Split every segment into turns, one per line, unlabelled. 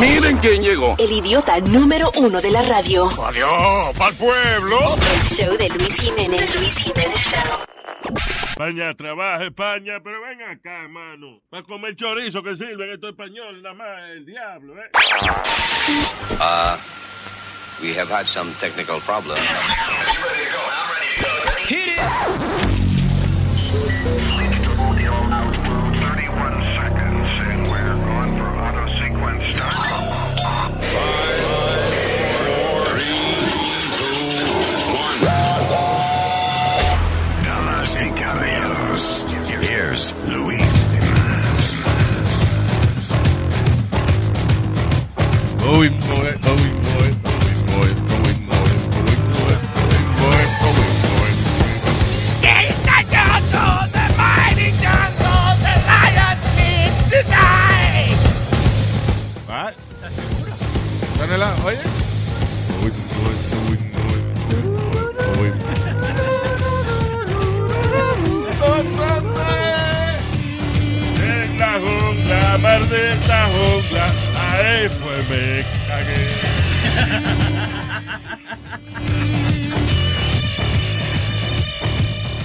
Miren quién llegó.
El idiota número uno de la radio.
Adiós, pa'l pueblo.
El show de Luis Jiménez. Luis Jiménez Show.
España trabaja, España, pero ven acá, hermano. Para comer chorizo que sirven estos españoles, nada más el diablo, ¿eh?
Uh, we have had some technical problems.
Damas y caballeros, here's Luis Jiménez.
Going more, going more, going more, going more, going more, going more, going more.
Ah, ¿Dónde la- Oye,
Going more, going more, going more, going more. En la jungla, maldita jungla, ahí fue me cagué.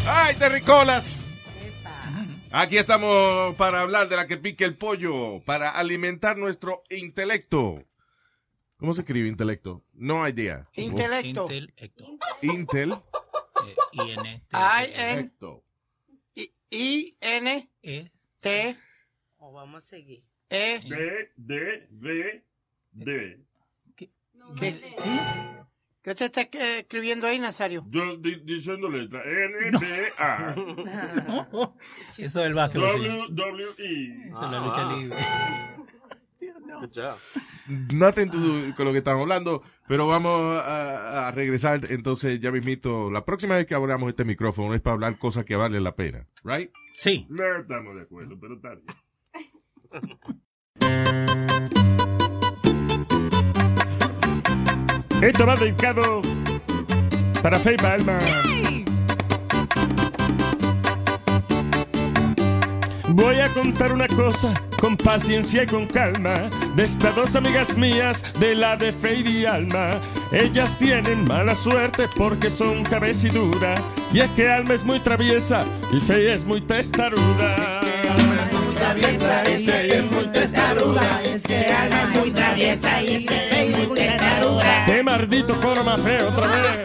¡Ay, terricolas! Aquí estamos para hablar de la que pique el pollo, para alimentar nuestro intelecto. ¿Cómo se escribe intelecto? No idea.
Intelecto.
Intel, Héctor.
Intel.
Eh, IN,
I-N,
T,
Intelecto.
I-N,
E,
T,
O vamos a seguir.
E,
D, D, D, D.
¿Qué, ¿Qué te está eh, escribiendo ahí, Nazario?
Yo di- diciendo letra. N, B, A.
Eso del básquet,
W,
señor.
W, I. Ah.
Eso es la lucha libre.
Nothing to do con lo que estamos hablando, pero vamos a, a regresar entonces ya mismito. La próxima vez que abramos este micrófono es para hablar cosas que valen la pena, ¿right?
Sí.
No estamos de acuerdo, pero está bien. Esto va dedicado para Faye Palma. Voy a contar una cosa con paciencia y con calma de estas dos amigas mías de la de fe y Alma. Ellas tienen mala suerte porque son cabeciduras y es que Alma es muy traviesa y Fe es muy testaruda. ¡Qué maldito coro más feo otra vez!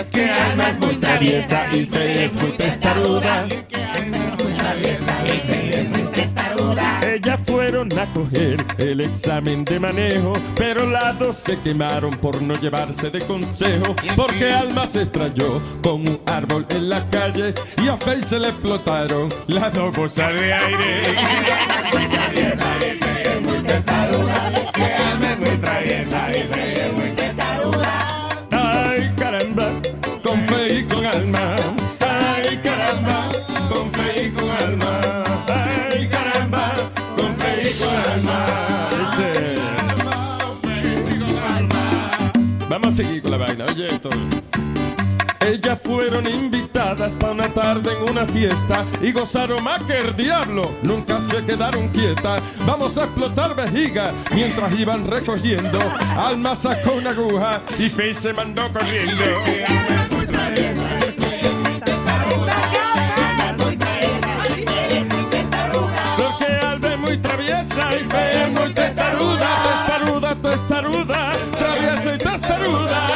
Es que Alma es muy traviesa y Fe es muy testaruda. Ellas fueron a coger el examen de manejo, pero las dos se quemaron por no llevarse de consejo, porque Alma se estrelló con un árbol en la calle y a Faye se le explotaron las dos bolsas de aire. Ay, caramba, con fe y con alma. Ay, caramba, con fe y con alma. Ay, caramba, con fe y con alma. Ese. Vamos a seguir con la vaina, oye esto. Ellas fueron invitadas para una tarde en una fiesta y gozaron más que el diablo. Nunca se quedaron quietas. Vamos a explotar vejiga mientras iban recogiendo. Alma sacó una aguja y Faye se mandó corriendo. Porque Alba es muy traviesa y Faye es muy testaruda. Testaruda, testaruda, traviesa y testaruda.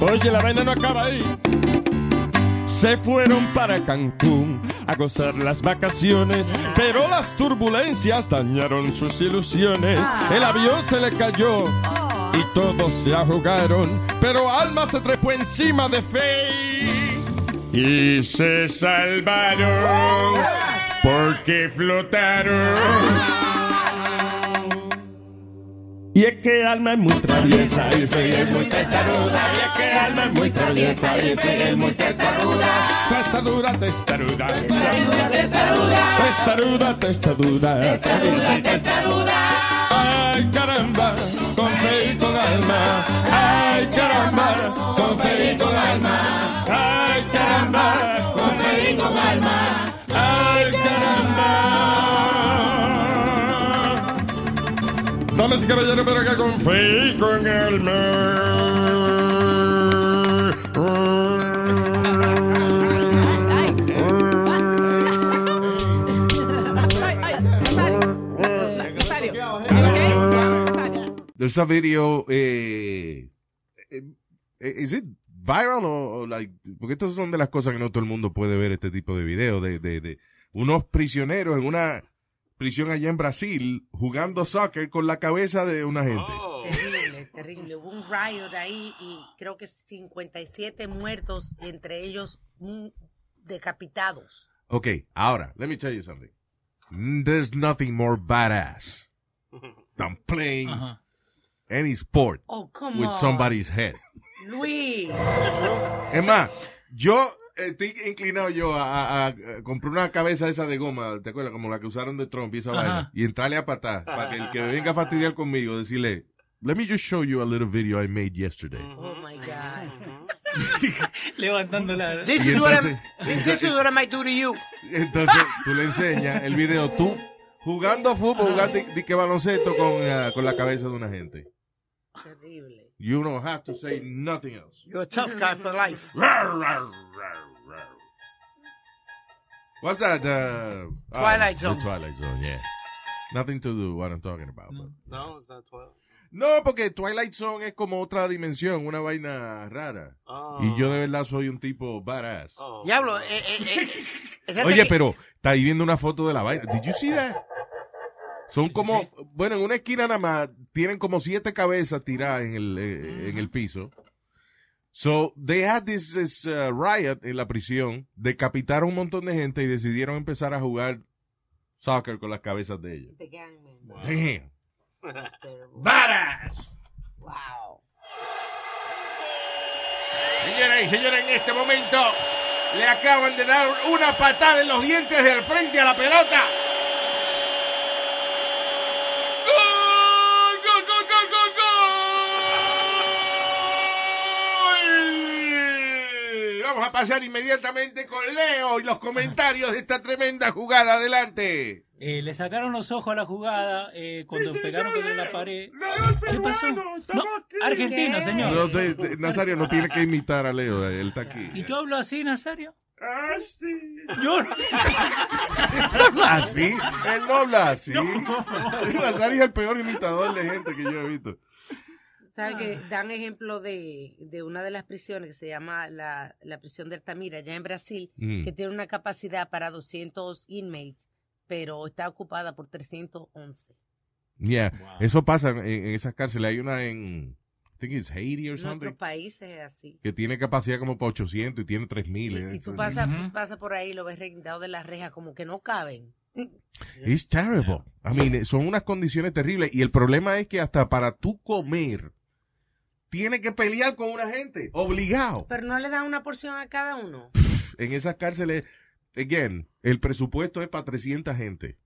Oye, la vaina no acaba ahí. Se fueron para Cancún a gozar las vacaciones, pero las turbulencias dañaron sus ilusiones. El avión se le cayó y todos se ahogaron, pero Alma se trepó encima de Faye y se salvaron porque flotaron. Y es que alma es muy traviesa y fe es muy testaruda. Y es que alma es muy traviesa y fe es muy testaruda. Testaruda, testaruda. Testaruda, testaruda. Testaruda, testaruda. Testaruda, testaruda. Ay, caramba, con fe y con alma. Ay, caramba, con fe y con alma. Ay, caramba, Damas y caballeros, pero que confíe con el mar.
There's a video. eh, eh, is it viral o, o like? Porque estas son de las cosas que no todo el mundo puede ver este tipo de videos de, de, de unos prisioneros en una prisión allá en Brasil jugando soccer con la cabeza de una gente.
Terrible, terrible. Hubo un riot ahí y creo que 57 muertos, entre ellos un decapitados.
Okay, ahora, let me tell you something. Mm, There's nothing more badass than playing
Ajá.
any sport
Oh, come
with
on.
somebody's head.
Luis.
Es más, yo estoy inclinado yo a, a- a comprar una cabeza esa de goma, ¿te acuerdas? Como la que usaron de Trump y esa
Ajá.
vaina. Y entrarle a patar, para que el que venga a fastidiar conmigo, decirle, let me just show you a little video I made yesterday.
Oh, my God.
Levantando la.
This,
Y
is what
entonces-
I'm- this is what I might do to you.
Entonces, tú le enseñas el video tú jugando fútbol, jugando di- di que baloncesto con, ah, con la cabeza de una gente.
Terrible.
You don't have to say nothing else.
You're a tough guy for life.
What's that? Uh,
Twilight
the
Zone.
Twilight Zone, yeah. Nothing to do with what I'm talking about.
No.
but- No, porque Twilight Zone es como otra dimensión, una vaina rara. Y yo de verdad soy un tipo badass.
Diablo, eh, eh, eh, ese
Oye,
tequi-
pero está ahí viendo una foto de la vaina. Did you see that? Son como, bueno, en una esquina nada más tienen como siete cabezas tiradas en el, eh, en el piso. So, they had this, this, uh, riot en la prisión, decapitaron un montón de gente y decidieron empezar a jugar soccer con las cabezas de ellos.
The gangman.
Damn.
It's terrible.
Badass.
Wow.
Señoras y señores, en este momento le acaban de dar una patada en los dientes del frente a la pelota. ¡Gol! ¡Gol, gol, gol, gol, gol! Vamos a pasar inmediatamente con Leo y los comentarios de esta tremenda jugada. Adelante.
Eh, le sacaron los ojos a la jugada eh, cuando pegaron contra la pared. ¿Qué pasó? No, argentino,
¿Qué?
señor.
No sé, eh, Nazario no tiene que imitar a Leo, eh, él está
¿Y
aquí.
yo hablo así, Nazario? Yo no.
¿Así? ¿Ah, Él no habla así. Nazario es el peor imitador de gente que yo he visto.
¿Sabes que Dan ejemplo de, de una de las prisiones que se llama la, la prisión de Altamira, allá en Brasil,
Mm.
que tiene una capacidad para 200 inmates, pero está ocupada por 311.
Yeah,
Wow.
eso pasa en, en esas cárceles. Hay una en, I think it's Haiti or
En
something,
otros países es así.
que tiene capacidad como para 800 y tiene eh,
Y,
3000.
y
It's,
tú pasas
Ujú.
pasa por ahí y lo ves rendado de las rejas como que no caben.
it's terrible. I mean, eh, son unas condiciones terribles. Y el problema es que hasta para tú comer, tiene que pelear con una gente, obligado.
Pero no le dan una porción a cada uno.
En esas cárceles, again, el presupuesto es para 300 gente.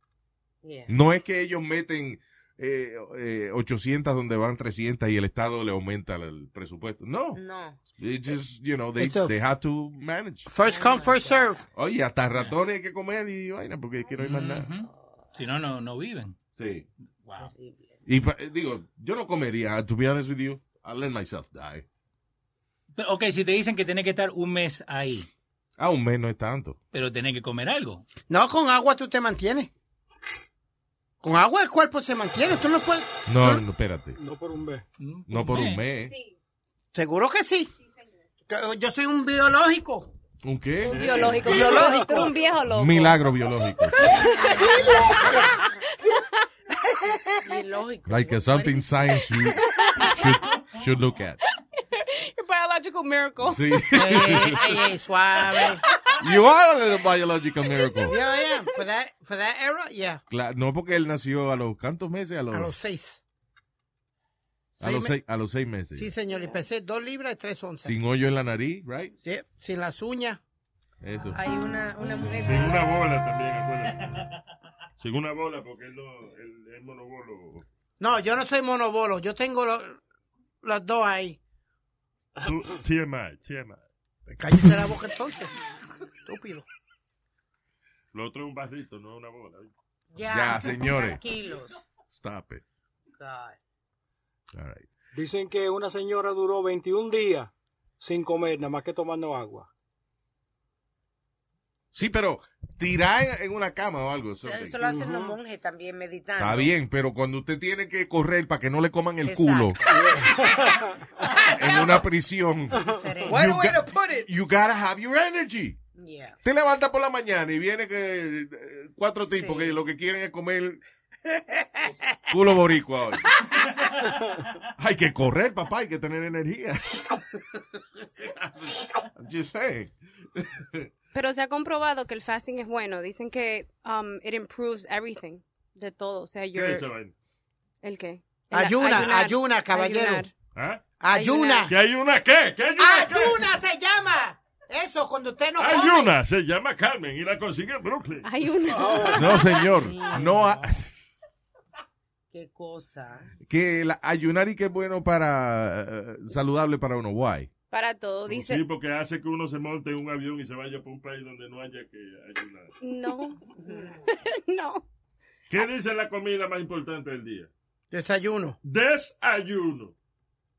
Yeah.
No es que ellos meten eh, eh, 800 donde van 300 y el Estado le aumenta el presupuesto. No,
No.
it's just, you know, they,
It's a-
they have to manage.
First come, first serve.
Oye, hasta ratones hay que comer y vaina, porque es que no hay más nada.
Ujú. Si no, no, no viven.
Sí.
Wow.
Horrible.
Y pa- eh, digo, yo no comería, to be honest with you, I'll let myself die.
Pero, ok, si te dicen que tenés que estar un mes ahí,
Aún menos es tanto.
pero tenés que comer algo.
No, con agua tú te mantienes. Con agua el cuerpo se mantiene. Tú no puedes.
No, no, espérate.
Mm,
No por un mes.
Seguro que sí. Que- oh, Yo soy un biológico.
¿Un qué?
Biológico.
Biológico.
Tú eres un viejo loco.
Milagro biológico.
Ilógico.
Like uh, something science you should, should look at.
Your biological miracle.
Sí.
Ey, ey, ey, Eh, suave.
You are a little biological miracle.
Yeah, I am. For that, for that era, yeah.
Cla- no porque él nació a los cuántos meses, a los,
A los seis.
a los,
me-
seis, a los seis meses.
Sí, señor. Y pesé dos libras y tres onzas.
Sin hoyo en la nariz, right?
Sí, sin las uñas.
Eso.
Hay una, una mujer.
Sin una bola también, acuérdate. Sin una bola porque él no, él, es monobólogo.
No, yo no soy monobolo. Yo tengo lo- las dos ahí.
Tú, TMI, TMI.
Cállate la boca entonces. Estúpido.
Lo otro es un barrito, no una bola.
Ya,
Ya, señores.
Tranquilos.
Stop it.
God.
Dicen que una señora duró 21 días sin comer, nada más que tomando agua.
Sí, pero tirar en, en una cama o algo.
Eso,
something.
eso lo hacen los monjes también meditando.
Está bien, pero cuando usted tiene que correr para que no le coman el
Exacto.
culo en una prisión,
What
you, ga- you gotta have your energy.
Yeah.
Te levanta por la mañana y viene que eh, cuatro tipos que lo que quieren es comer culo boricua hoy. Hay que correr, papá, hay que tener energía. I'm just saying.
Pero se ha comprobado que el fasting es bueno. Dicen que um, it improves everything, de todo. O sea, your-
es esa vaina?
¿El qué? El
Ayuna,
ayunar,
ayuna, caballero.
ayunar.
¿Ah?
Ayuna.
¿Qué ayuna qué? ¿Qué ayuna qué?
¡Ayuna se llama! Eso, cuando usted no come.
Ayuna, se llama Carmen y la consigue en Brooklyn.
Oh.
Ayuna.
No, señor. No, ha-
Qué cosa.
que la- ayunar y que es bueno para eh, saludable para uno. Why?
Para todo. Dice,
Sí, porque hace que uno se monte en un avión y se vaya para un país donde no haya que ayunar.
no. no.
¿Qué dice la comida más importante del día?
Desayuno.
Desayuno.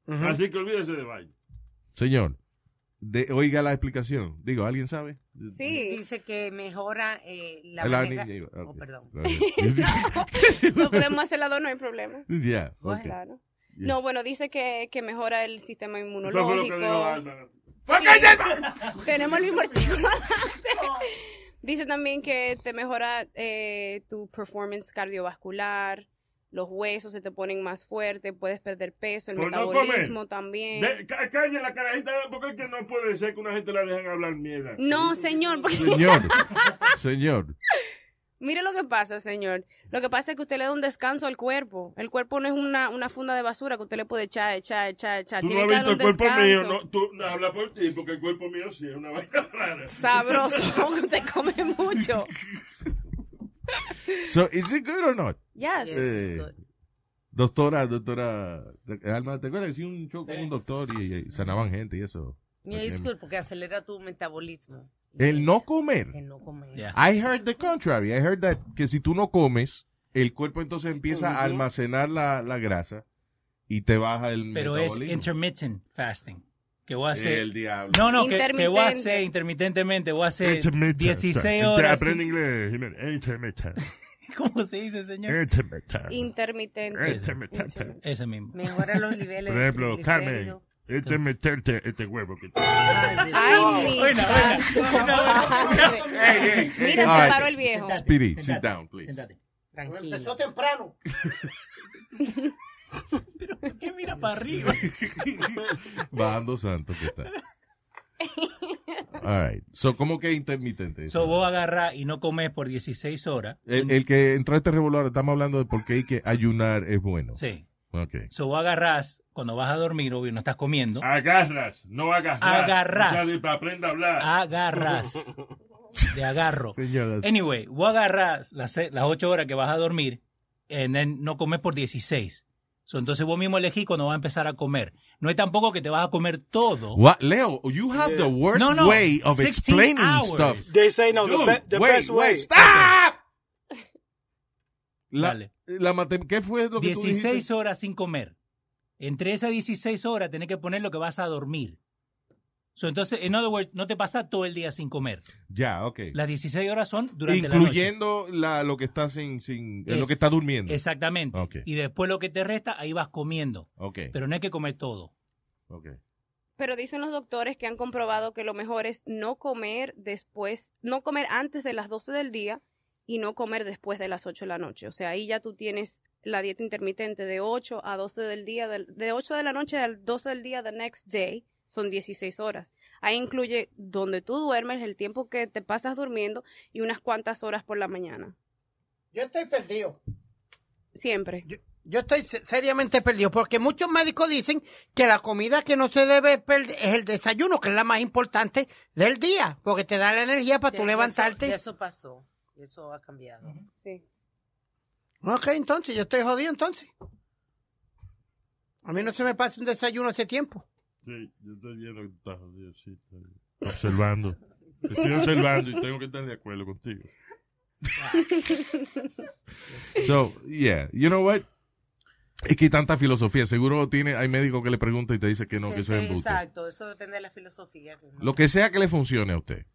Así que olvídese de baño.
Señor, de- oiga la explicación. Digo, ¿alguien sabe?
Sí. Dice que mejora eh, la
Ah,
manera...
niña iba-
Oh,
ok.
perdón.
Lo podemos hacer las dos, no hay problema.
Yeah, ok.
Claro. No, bueno, dice que, que mejora el sistema
Eso fue lo que dijo
inmunológico.
Álvaro.
Tenemos el mismo artículo. dice también que te mejora eh, tu performance cardiovascular, los huesos se te ponen más fuertes, puedes perder peso, el
Por no
metabolismo
comer.
también.
De, ca- calle la carajita, porque es que no puede ser que una gente la dejen hablar mierda.
No, señor, porque...
Señor, señor.
Mire lo que pasa, señor. Lo que pasa es que usted le da un descanso al cuerpo. El cuerpo no es una, una funda de basura que usted le puede echar, echar, echar, echar.
Tú no
Tiene
has
que darle
visto
un
el cuerpo
descanso.
mío, no, tú no hablas por ti, porque el cuerpo mío sí es una vaina rara.
Sabroso, que usted come mucho.
So, is it good or not?
Yes. Yes, it's
Eh, Doctora, doctora, Alma, ¿te acuerdas que hicimos un show con un doctor y, y sanaban gente y eso?
Yeah, it's good porque acelera tu metabolismo.
El no comer.
El no comer.
I heard the contrary. I heard that que si tú no comes, el cuerpo entonces empieza a
Ujú.
almacenar la, la grasa y te baja el
Pero es
metabolismo.
intermittent fasting. Que voy a hacer.
El diablo.
No, no, que, que voy a
Intermitente.
hacer intermitentemente. Voy a hacer
Intermittent.
16
Inter-
horas.
Este, Aprende inglés, Jiménez. Intermittent.
¿Cómo se dice, señor?
Intermittent.
Intermitente.
Intermitente.
Ese mismo.
Mejora los niveles
Por
de
ejemplo, Carmen.
triglicéridos.
Intermitente, este huevo que
Ay, mi
Buena,
santo padre. Mira,
All
se
right.
paró el viejo.
Spirit, sit down, please.
Empezó temprano.
¿Qué mira para arriba?
Bajando santo que está. All right. So, ¿cómo que intermitente?
So, vos agarrás y no comes por 16 horas.
El, el que entró a este regular, estamos hablando de por qué hay que ayunar es bueno.
Sí.
Ok.
So, vos agarrás cuando vas a dormir, obvio, no estás comiendo.
Agarras, no agarras.
Agarras.
O sea, de- aprende a hablar.
Agarras. De agarro.
Señora,
Anyway, vos agarras las, se- las 8 horas que vas a dormir and then no comes por 16. So, entonces vos mismo elegís cuando vas a empezar a comer. No es tampoco que te vas a comer todo.
What? Leo, you have the worst
No, no,
way of
16
explaining
hours.
stuff.
They say no, the,
Dude,
be- the
wait,
best
wait,
way.
stop! La,
Dale.
la mate- ¿Qué fue lo que tú
16
dijiste?
horas sin comer. Entre esas 16 horas tenés que poner lo que vas a dormir. So, entonces, en other words, no te pasas todo el día sin comer.
Ya, ok.
Las 16 horas son durante
Incluyendo la lo que está sin, sin
la noche.
lo que está durmiendo.
Exactamente.
Ok.
Y después lo que te resta, ahí vas comiendo.
Ok.
Pero no hay que comer todo.
ok.
Pero dicen los doctores que han comprobado que lo mejor es no comer después, no comer antes de las 12 del día y no comer después de las 8 de la noche. O sea, ahí ya tú tienes la dieta intermitente de 8 a 12 del día, del- de 8 de la noche al 12 del día the next day, son 16 horas. Ahí incluye donde tú duermes, el tiempo que te pasas durmiendo y unas cuantas horas por la mañana.
Yo estoy perdido.
Siempre.
Yo estoy se- seriamente perdido porque muchos médicos dicen que la comida que no se debe perder es el desayuno, que es la más importante del día, porque te da la energía para
Ya-
tú
ya
levantarte.
Eso, ya eso pasó. Eso ha cambiado.
Sí.
Ok, entonces, yo estoy jodido entonces. A mí no se me pasa un desayuno hace tiempo.
Sí, yo estoy lleno de tajos, Dios, sí, estoy observando. Te Estoy observando y tengo que estar de acuerdo contigo.
So, yeah, you know what? Es que hay tanta filosofía. Seguro tiene, hay médicos que le preguntan y te dicen que no, que,
Que
eso es
sea-
embuste.
exacto, eso depende de la filosofía. pues, que uno-
Lo que sea que le funcione a usted.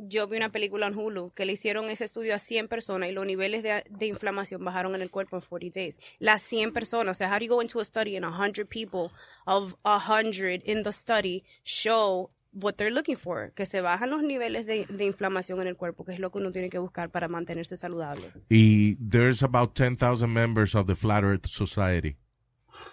Yo vi una película en Hulu que le hicieron ese estudio a 100 personas y los niveles de, de inflamación bajaron en el cuerpo en 40 days. Las 100 personas. O sea, how do you go into a study and 100 people of 100 in the study show what they're looking for? Que se bajan los niveles de, de inflamación en el cuerpo, que es lo que uno tiene que buscar para mantenerse saludable.
Y there's about 10,000 members of the Flat Earth Society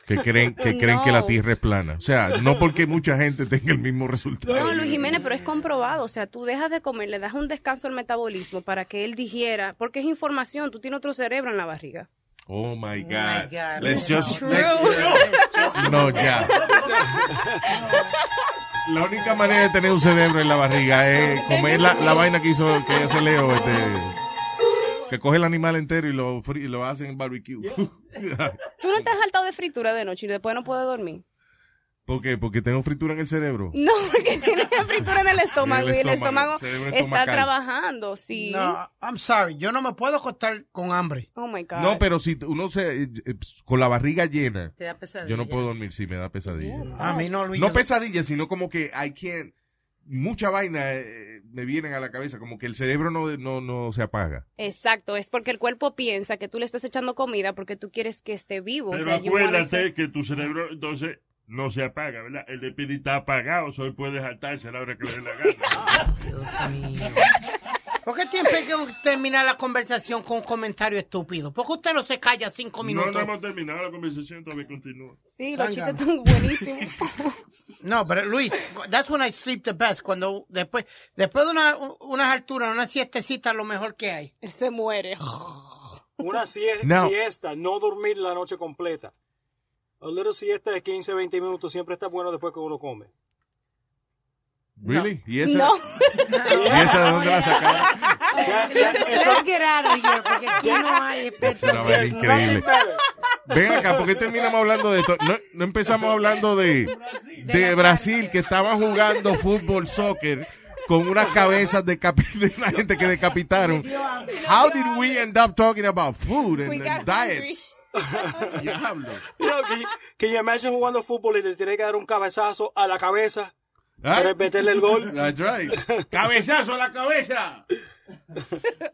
que creen, que, creen que la
No.
Tierra es plana. O sea, no porque mucha gente tenga el mismo resultado.
No, Luis Jiménez, pero es comprobado. O sea, tú dejas de comer, le das un descanso al metabolismo para que él digiera, porque es información. Tú tienes otro cerebro en la barriga.
Oh
my
my God.
God.
Let's
It's
just.
true.
let's- no, ya. La única manera de tener un cerebro en la barriga es comer la, la vaina que hizo que hace Leo. Este, que coge el animal entero y lo, fri- y lo hacen en barbecue.
Tú no te has saltado de fritura de noche y después no puedes dormir.
¿Por qué? Porque tengo fritura en el cerebro.
No, porque tiene fritura en el estómago y el
estómago,
estómago
cerebro
está
estomacal.
trabajando, sí.
No, I'm sorry, yo no me puedo acostar con hambre.
Oh my God.
No, pero si uno se eh, eh, con la barriga llena,
Te da pesadilla.
yo no puedo dormir si me da pesadilla.
A mí Ah, no, Luis.
No
yo-
pesadilla, sino como que hay quien mucha vaina eh, me vienen a la cabeza, como que el cerebro no no no se apaga.
Exacto, es porque el cuerpo piensa que tú le estás echando comida porque tú quieres que esté vivo. o
Pero
sea, you wanna
acuérdate
say-
que tu cerebro entonces no se apaga, ¿verdad? El de Pidi está apagado, solo puede saltarse a la hora que le dé la gana.
¿Por qué siempre que terminar la conversación con un comentario estúpido? ¿Por qué usted no se calla cinco
no, no
minutos?
hemos terminado la conversación, todavía continúa.
Sí, los chistes
Sálgame.
están buenísimos.
No, pero Luis, that's when I sleep the best. Cuando después, después de una, unas alturas, una siestecita, lo mejor que hay.
Se muere.
Una sie-
No.
siesta, no dormir la noche completa. A little siesta de 15, 20 minutos siempre está bueno después que uno come.
Really? ¿Y esa?
No.
¿Y esa de dónde la sacaron?
Let's get out of here, porque aquí no hay
Es una vaina increíble. Ven acá, ¿por qué terminamos hablando de esto? No, no empezamos hablando de, de Brasil, que estaban jugando fútbol, soccer, con unas cabezas de, de una gente que decapitaron. How did we end up talking about food and, and diets? Diablo.
You know, can, you, can you imagine jugando fútbol y le tiene que dar un cabezazo a la cabeza
Ah.
para meterle el gol?
That's right. Cabezazo a la cabeza.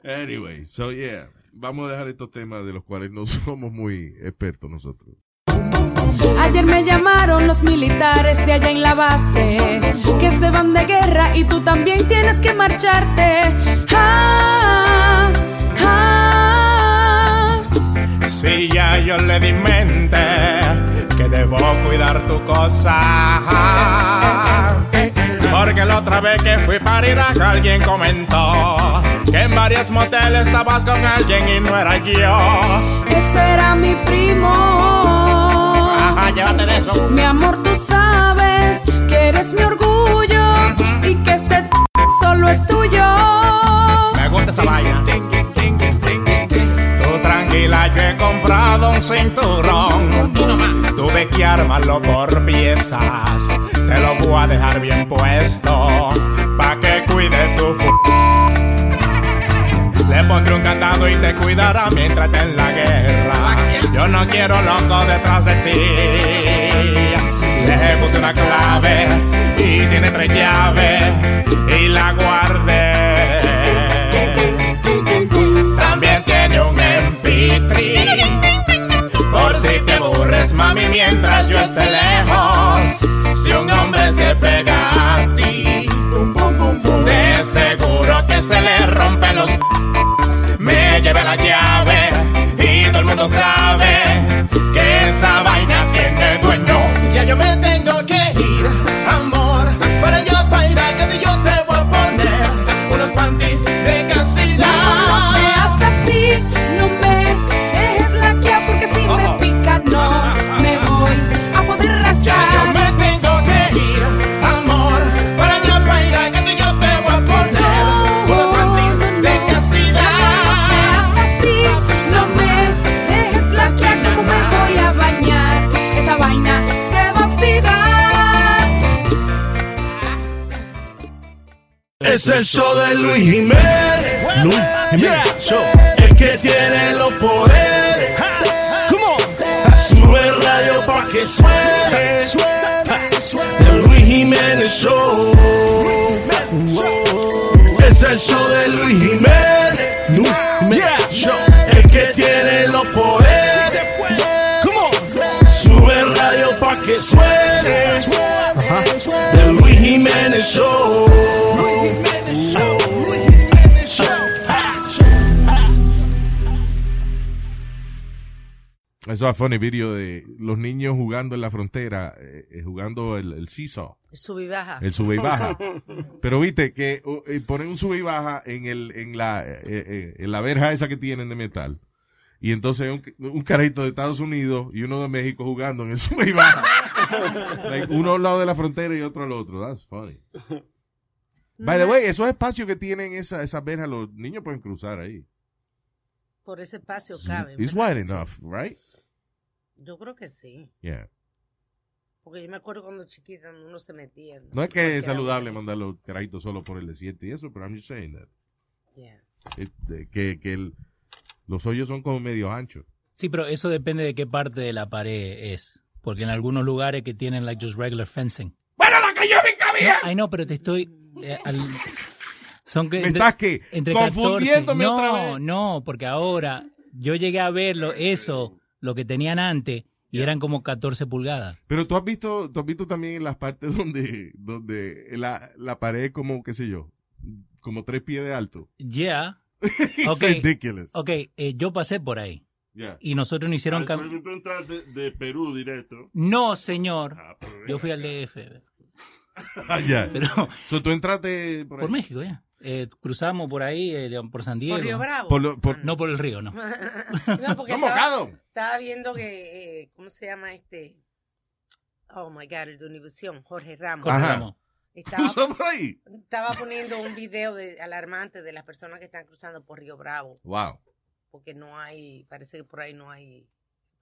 Anyway, so yeah, vamos a dejar estos temas de los cuales no somos muy expertos nosotros.
Ayer me llamaron los militares de allá en la base que se van de guerra y tú también tienes que marcharte. Ah, ah.
Si ya yo le di mente que debo cuidar tu cosa. Porque la otra vez que fui para Irak alguien comentó que en varios moteles estabas con alguien y no era yo.
Ese era mi primo.
llévate de eso.
Mi amor, tú sabes que eres mi orgullo y que este solo es tuyo.
Me gusta esa vaina. Tú tranquila, yo he comprado un cinturón. Tuve que armarlo por piezas. Te lo voy a dejar bien puesto. Pa' que cuide tu f- Le pondré un candado y te cuidará mientras esté en la guerra. Yo no quiero loco detrás de ti. Le puse una clave y tiene tres llaves y la guardé. También tiene un MP3 por si te aburres, mami, mientras yo esté lejos. Si un hombre se pega a ti, de seguro que se le rompen los. Me llevé la llave y todo el mundo sabe que esa vaina tiene dueño. Ya yo me tengo que ir, amor, para allá, para ir que yo te voy a poner unos panties de castidad.
No seas así, no me dejes laquear porque si me pica no me voy a poder rascar.
yo me tengo que ir, amor, para allá, para ir que yo te voy a poner unos panties de castidad.
No seas así, no me dejes laquear como me voy a bañar. Esta vaina se va a oxidar.
Es el show de Luis Jiménez. Luis Jiménez Show. El que tiene los poderes. Come on.
Sube el radio pa' que suene. El Luis Jiménez Show. Es el show de Luis Jiménez. Yeah. El que tiene los poderes. Sube el radio pa' que suene. El Luis Jiménez Show.
Eso es funny video de los niños jugando en la frontera, eh, eh, jugando el, el seesaw.
Sube y baja.
El sube y baja. Pero viste que uh, eh, ponen un sube y baja en, el, en, la, eh, eh, en la verja esa que tienen de metal. Y entonces un, un carrito de Estados Unidos y uno de México jugando en el sube y baja. Like, uno al lado de la frontera y otro al otro. That's funny. By the way, esos espacios que tienen esa, esa verja, los niños pueden cruzar ahí.
Por ese espacio cabe.
It's
¿verdad?
wide enough, right?
Yo creo que sí.
Yeah.
Porque yo me acuerdo cuando chiquita uno se metía. ¿no?
No es que es saludable mandar los carajitos solo por el desierto y eso, pero I'm just saying that.
Yeah.
It- de- que que el- los hoyos son como medio anchos.
Sí, pero eso depende de qué parte de la pared es. Porque en algunos lugares que tienen, like, just regular fencing. No, ay, no, pero te estoy. eh, al- son que
Me estás que confundiéndome
no,
otra vez.
No, porque ahora yo llegué a verlo, eso, lo que tenían antes, y eran como 14 pulgadas.
Pero tú has visto, tú has visto también las partes donde, donde la, la pared es como, qué sé yo, como tres pies de alto.
Yeah. Ok.
Ridiculous.
Ok, eh, yo pasé por ahí.
Yeah.
Y nosotros no hicieron
Al-
cam-
tú entras de, de Perú directo.
No, señor. Yo fui al DF.
Ah, ya.
Pero,
So, tú entraste por,
por,
ahí.
México, ya. Eh, cruzamos por ahí, eh, por San Diego.
Por Río Bravo.
Por lo- por-
No por el río, no.
no, porque estaba, estaba viendo que, eh, ¿cómo se llama este? Oh my God, el de Univision, Jorge Ramos.
Jorge Ajá. Ramos.
Estaba,
por ahí?
estaba poniendo un video de, alarmante de las personas que están cruzando por Río Bravo,
Wow.
porque no hay, parece que por ahí no hay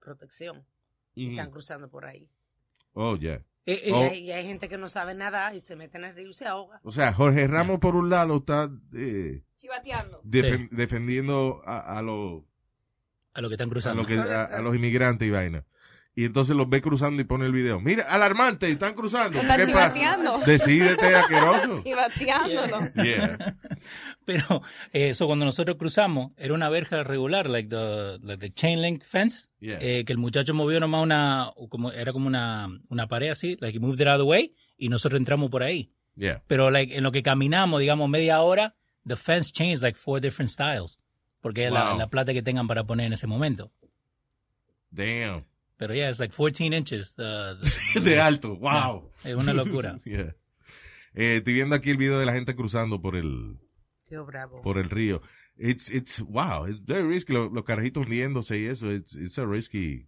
protección.
Ujú.
Están cruzando por ahí.
Oh, yeah.
Eh,
Y,
Oh,
hay, y hay gente que no sabe nada y se meten al río y se ahoga.
o sea, Jorge Ramos por un lado está eh,
Chivateando.
defen- defendiendo a, a los
A lo que están
a,
cruzando.
lo que- a- a los inmigrantes y vaina. Y entonces los ve cruzando y pone el video. Mira, alarmante, están cruzando.
Están
¿Qué
chivateando.
pasa? Decídete, asqueroso.
Chivateándolo.
Yeah.
Pero eh, eso cuando nosotros cruzamos era una verja regular, like the, like the chain link fence,
Yeah.
eh, que el muchacho movió nomás una, como, era como una, una pared así, like he moved it out of the way, y nosotros entramos por ahí.
Yeah.
Pero like, en lo que caminamos, digamos, media hora, the fence changed like four different styles, porque es la,
Wow.
la plata que tengan para poner en ese momento.
Damn.
Pero yeah, it's like 14 inches. the- the-
De alto, wow.
Yeah, es una locura.
Yeah. Eh, estoy viendo aquí el video de la gente cruzando por el,
Río Bravo.
por el río. It's, it's, wow, it's very risky. Lo- Los, carajitos hundiéndose y eso. It's, it's a risky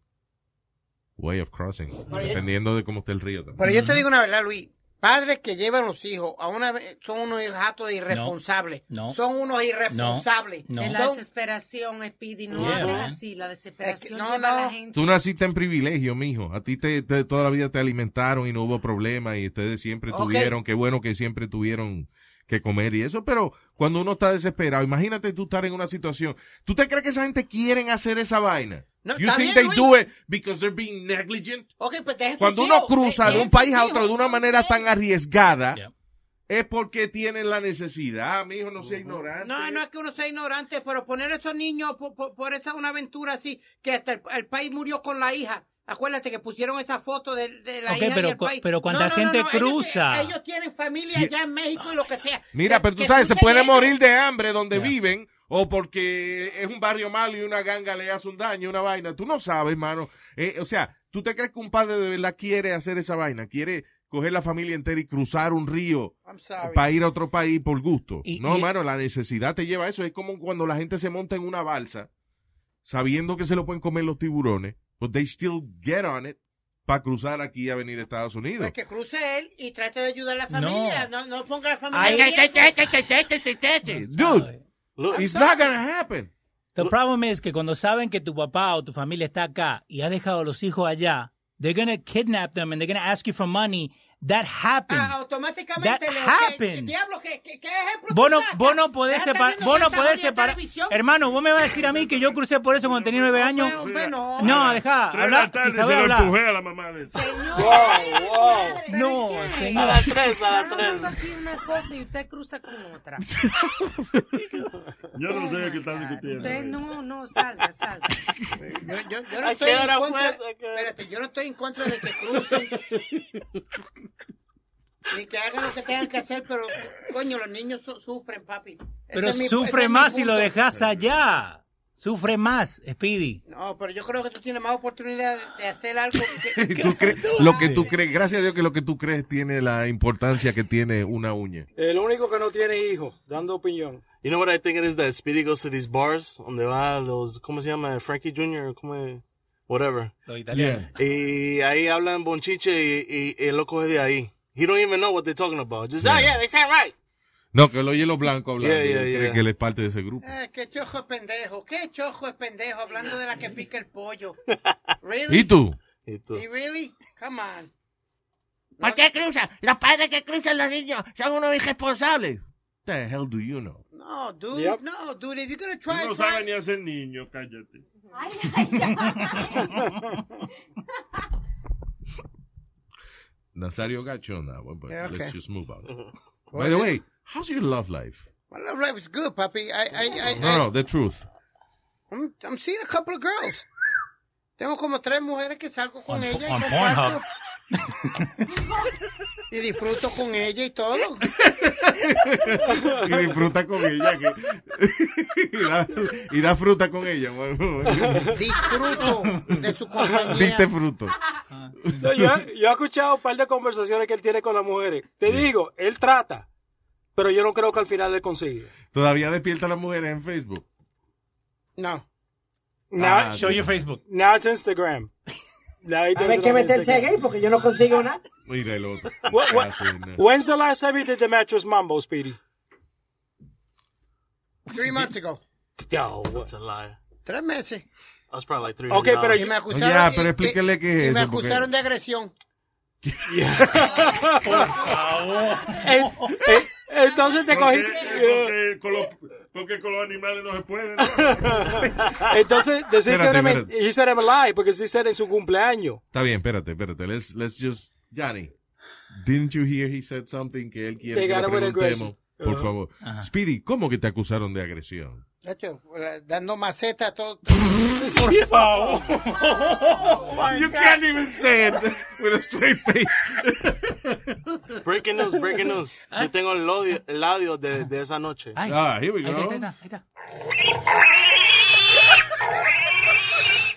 way of crossing.
Pero yo-
dependiendo de cómo esté el río también.
Pero yo te digo una verdad, Luis. Padres que llevan a los hijos a una ve- son unos gatos de irresponsables.
No, no.
Son unos irresponsables.
No, no.
Es la
Son-
desesperación, Speedy, no
Yeah,
hables
man.
así. La desesperación
no,
lleva a
no.
la gente.
Tú naciste en privilegio, mijo. A ti te, te- toda la vida te alimentaron y no hubo problema y ustedes siempre
Ok.
tuvieron, qué bueno que siempre tuvieron que comer y eso, pero cuando uno está desesperado, imagínate tú estar en una situación. ¿Tú te crees que esa gente quieren hacer esa vaina?
No,
you
está
think
bien,
they
Luis.
do it because they're being negligent?
Ok, pues deja tus
Cuando uno
hijos.
cruza
Eh,
de un
eh,
país a
tus
otro
hijos.
de una manera tan arriesgada, es porque tienen la necesidad. Ah, mijo, no sea ignorante.
No, no es que uno sea ignorante, pero poner a esos niños por, por- por esa una aventura así, que hasta el, el país murió con la hija. Acuérdate que pusieron esa foto de, de la
Ok,
hija
pero
y el
cu-
país.
pero ¿cuánta
No, no, no,
gente
no, ellos-
cruza?
Ellos, tienen familia
Sí.
allá en México y lo que sea.
Mira,
Que-
pero tú
que
sabes, se
crucen
puede
ellos.
morir de hambre donde viven o porque es un barrio malo y una ganga le hace un daño, una vaina. Tú no sabes, mano. Eh, o sea, ¿tú te crees que un padre de verdad quiere hacer esa vaina? ¿Quiere coger la familia entera y cruzar un río para ir a otro país por gusto? no, mano, la necesidad te lleva a eso. Es como cuando la gente se monta en una balsa sabiendo que se lo pueden comer los tiburones, but they still get on it para cruzar aquí a venir a Estados Unidos.
Pues que cruce él y trate de ayudar a la familia. No, no, ponga a la familia.
Ay,
en
ay, ay,
riesgo.
Dude, it's not gonna happen.
The problem is que cuando saben que tu papá o tu familia está acá y has dejado a los hijos allá, they're gonna kidnap them and they're gonna ask you for money That happens.
Ah, automáticamente
That
le-
happened.
¿qué- qué diablo, qué, qué- qué ejemplo
Vos no,
tú sacas?
vos no podés
Deja estar
separar.
viendo
Vos no
tanta
podés
jodida
separar.
televisión.
Hermano, vos me vas a decir a mí que yo crucé por eso cuando tenía nueve años.
no.
No, dejá.
Tres de
Hablar,
la tarde
si
se
sabés
lo
hablar.
empujé a la mamá de
No, señor.
tres, a las tres. aquí una cosa y usted cruza con otra.
Yo no sé qué están discutiendo.
Usted no, no, salga, salga.
Yo, yo- yo no estoy en contra, espérate, yo no estoy en contra de que crucen. Ni que hagan lo que tengan que hacer, pero coño, los niños su- sufren, papi. Ese
Pero
es mi- ese
sufre
es mi
más si lo
punto.
dejas allá. Sufre más, Speedy.
No, pero yo creo que tú tienes más oportunidad de, de hacer algo. que-
¿Tú crees- lo que tú crees, gracias a Dios que lo que tú crees tiene la importancia que tiene una uña.
El único que no tiene hijos, dando opinión.
You know what I think it is that Speedy goes to these bars donde va Ah, los ¿cómo se llama? Frankie Jr. ¿cómo es? whatever.
Los
italianos. Y ahí hablan bonchiche y, y el loco es de ahí. He don't even know what they're talking about. Just
Yeah.
oh yeah, they sound right.
No, que lo oye los blancos hablando.
Yeah, yeah,
y él cree
yeah.
que él es parte de ese grupo.
Ah, qué chojo es pendejo, qué chojo es pendejo, hablando de la que pica el pollo. Really?
¿Y tú?
¿Y really? Come on.
¿Por qué cruzan? Los padres que cruzan los niños son unos irresponsables.
What the hell do you know?
No, dude,
Yep.
no, dude, if you're gonna
Tú
try,
no
try.
sabes ni hacer niño, cállate.
Nazario Gacho, nah, well, but
Yeah, okay.
let's just move on. By the way, how's your love life?
My love life is good, papi. I, I, I,
No, no, the truth.
I'm, I'm seeing a couple of girls. Tengo como tres mujeres que salgo con
On-
ella y
on
comparto. y disfruto con ella y todo.
y disfruta con ella. que- y, da, y da fruta con ella.
Disfruto de su compañía.
Diste fruto.
No, yo, yo he escuchado un par de conversaciones que él tiene con las mujeres. Te digo, él trata, pero yo no creo que al final le consigue.
Todavía despierta a las mujeres en Facebook.
No.
Now,
Ah, Show sí. your
Facebook.
Now it's Instagram. Now it's
Hay que
Instagram.
meterse gay porque yo no consigo nada.
Mira el otro.
What- what-
Ah, sí, no.
When's the last time you did the mattress mambo, Speedy?
Three months ago.
Yo, that's a lie.
Tres meses.
That was probably like three.
Okay, pero
y me acusaron,
Ya, Oh, pero
y-
explíquele
y-
qué es
y me
eso, porque-
acusaron de agresión.
Por
favor.
Entonces te eh,
Porque-
cogiste-
porque con los- Porque con los animales no se puede. ¿no?
Entonces, decir que
Espérate,
era men-
espérate.
he said I'm a lie porque sí said en su cumpleaños.
Está bien, espérate, espérate. Let's, let's just. Johnny, didn't you hear he said something que él quiere
They
que le
got away with
preguntemos?
aggression.
Por
Ajá.
favor.
Ajá.
Speedy, ¿cómo que te acusaron de agresión?
De hecho, eh, dando maceta a todo.
Por favor.
you
can't even say it with a straight face.
Breaking news, breaking news. Yo tengo el audio, el audio de, de esa noche.
Ay. Ah, here we Ahí está, go. ahí está,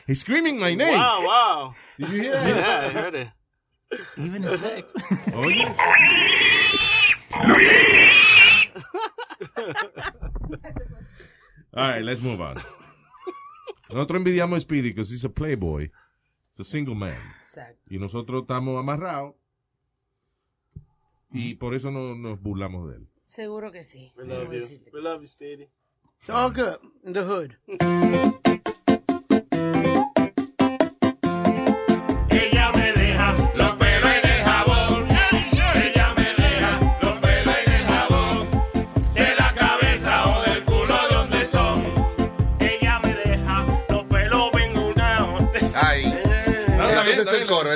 He's screaming my name.
Wow, wow.
Did you hear that?
Yeah, I heard it.
Even in sex.
Oye. All right, let's move on. Nosotros envidiamos a Speedy because he's a playboy. He's a single man.
Exacto.
Y nosotros estamos amarrados. Y por eso no nos burlamos de él.
Seguro que sí.
We love you. We love you, Speedy.
It's all good in the hood.
Ella me deja los pelos en el jabón. Ella me deja los pelos en el jabón. De la cabeza o del culo donde son. Ella me deja los pelos vengunados.
Ay.
No, está
Ese
bien,
es
está bien.
el coro, ese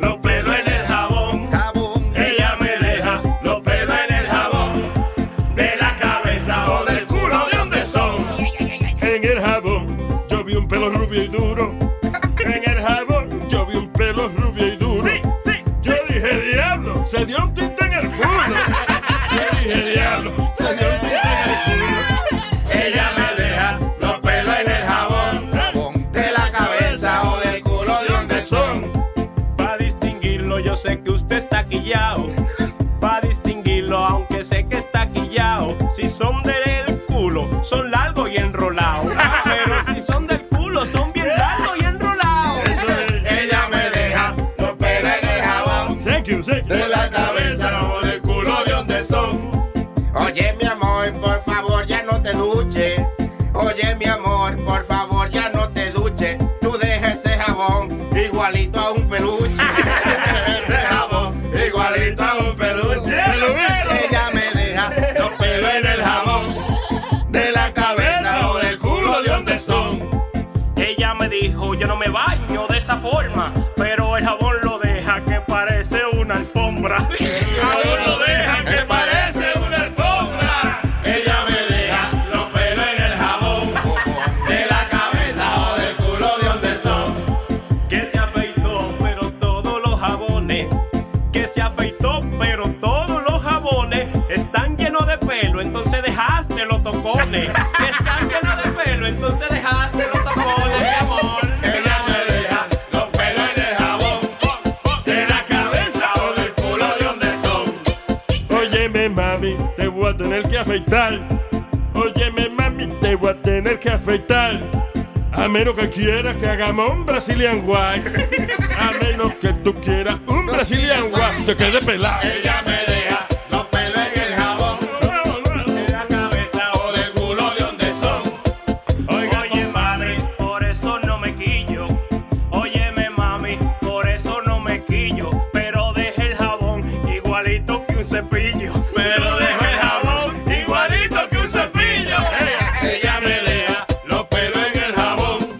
los pelos en el jabón. Ella me deja los pelos en el jabón. De la cabeza o del culo de donde son.
En el jabón yo vi un pelo rubio y duro. En el jabón yo vi un pelo rubio y duro. Yo dije, diablo, se dio un tinte en el culo. Yo dije, diablo, se dio un tinte en el
Ella me deja los pelos en el jabón. De la cabeza o del culo de donde son. Pa' distinguirlo, yo sé que usted está quillao. Pa' distinguirlo, aunque sé que está quillao. Si son del culo, son largos y enrolados. Pero si son del culo, son bien largos y enrolados.
la cabeza o del culo de donde son.
Oye, mi amor, por favor, ya no te duche. Oye, mi amor, por favor, ya no te duche. Tú deja ese jabón igualito a un peluche. ese jabón igualito a un peluche. Ella me deja los pelos en el jabón.
de la cabeza o del culo de donde son. Ella me dijo, yo no me baño de esa forma, pero el jabón lo deja que parece una alfombra. El jabón lo deja que parece una alfombra. Ella me deja los pelos en el jabón, de la cabeza o del culo de donde son. Que se afeitó, pero todos los jabones, que se afeitó, pero todos los jabones están llenos de pelo, entonces dejaste los tocones. Que están llenos de pelo, entonces dejaste los tocones, mi amor. Ella me deja los pelos en el jabón, de la cabeza o del culo de donde son.
Óyeme, mami, te voy a tener que afeitar. Óyeme, mami, te voy a tener que afeitar. A menos que quieras que hagamos un Brazilian Wax. A menos que tú quieras un Brazilian Wax. Te quede pelado.
Ella me deja los pelos en el jabón, de la cabeza o del culo de donde son. Oye, madre, por eso no me quillo. Óyeme, mami, por eso no me quillo. Pero deje el jabón igualito que un cepillo. Pero deje el jabón igualito que un cepillo. Ella me deja los pelos en el jabón,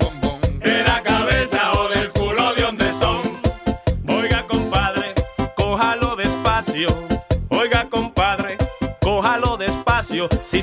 de la cabeza o del culo de donde son. Oiga, compadre, cójalo despacio. Oiga, compadre, cójalo despacio. Si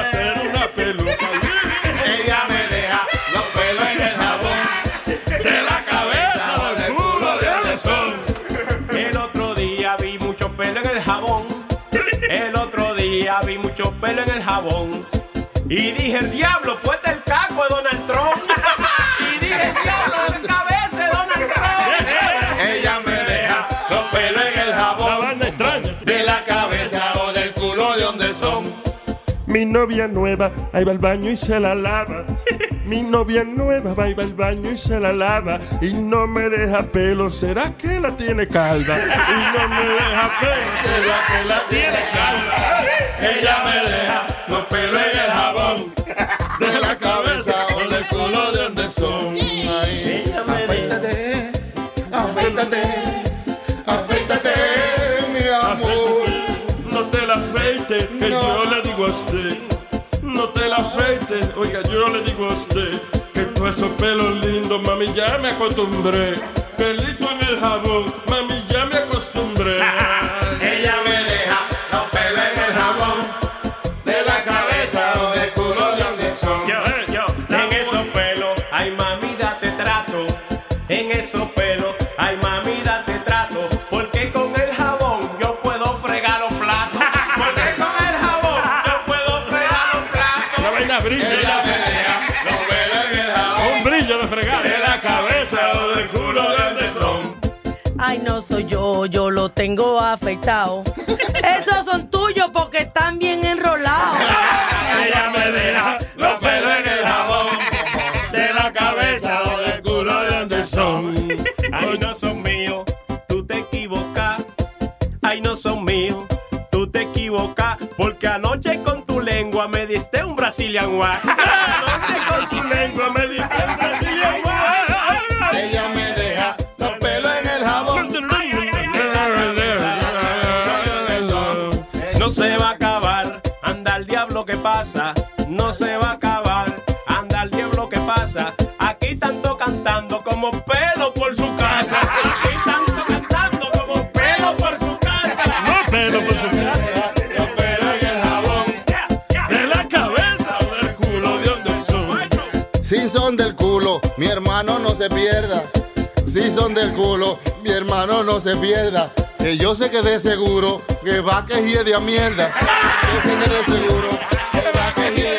hacer una peluca.
Ella me deja los pelos en el jabón. De la cabeza o del culo de donde son. El otro día vi mucho pelo en el jabón. El otro día vi mucho pelo en el jabón. Y dije, el diablo, pues el caco de Donald Trump. Y dije, el diablo, la cabeza de Donald Trump. Ella me deja los pelos en el jabón. De la cabeza o del culo de donde son.
Mi novia nueva, ahí va al baño y se la lava. Mi novia nueva, va y va al baño y se la lava. Y no me deja pelo, ¿será que la tiene calva? Y no me deja pelo,
¿será que la tiene calva? Ella me deja los pelos en el jabón. De la cabeza o del culo de donde son. Ay, afeítate, afeítate, afeítate, mi amor.
No te la afeites, que yo le digo a usted. No te la afeites, oiga, yo le digo a usted. Que todos esos pelos lindos, mami, ya me acostumbré. Pelito en el jabón, mami, ya me acostumbré.
Ella me deja los pelos en el jabón. De la cabeza o del culo de donde son.
eh,
en esos pelos, ay mami, date trato. En esos pelos, ay mami, date trato. Porque con el jabón yo puedo fregar los platos. Porque con el jabón yo puedo fregar los platos.
La vaina brilla.
Ella me deja los pelos en el jabón.
Un brillo de fregar.
De la cabeza o del culo de donde son.
Ay, no soy yo, yo lo tengo afectado. Esos son tuyos porque están bien enrolados.
Ella me deja los pelos en el jabón De la cabeza o del culo de donde son Ay, no son míos, tú te equivocas Ay, no son míos, tú te equivocas Porque anoche con tu lengua me diste un Brazilian wax Anoche con tu lengua me diste un Brazilian wax Ella me deja los pelos en el jabón No se va a acabar, anda el diablo que pasa. No se va a acabar, anda el diablo que pasa. Aquí tanto cantando como pelo por su casa. Aquí tanto cantando como pelo por su casa.
No pelo por su casa.
Los pelos en el jabón,
De la cabeza o del culo, de donde son.
Si son del culo, mi hermano no se pierda. Si son del culo, mi hermano no se pierda. Que yo se quedé seguro que va que de a mierda. Yo se quedé seguro que va que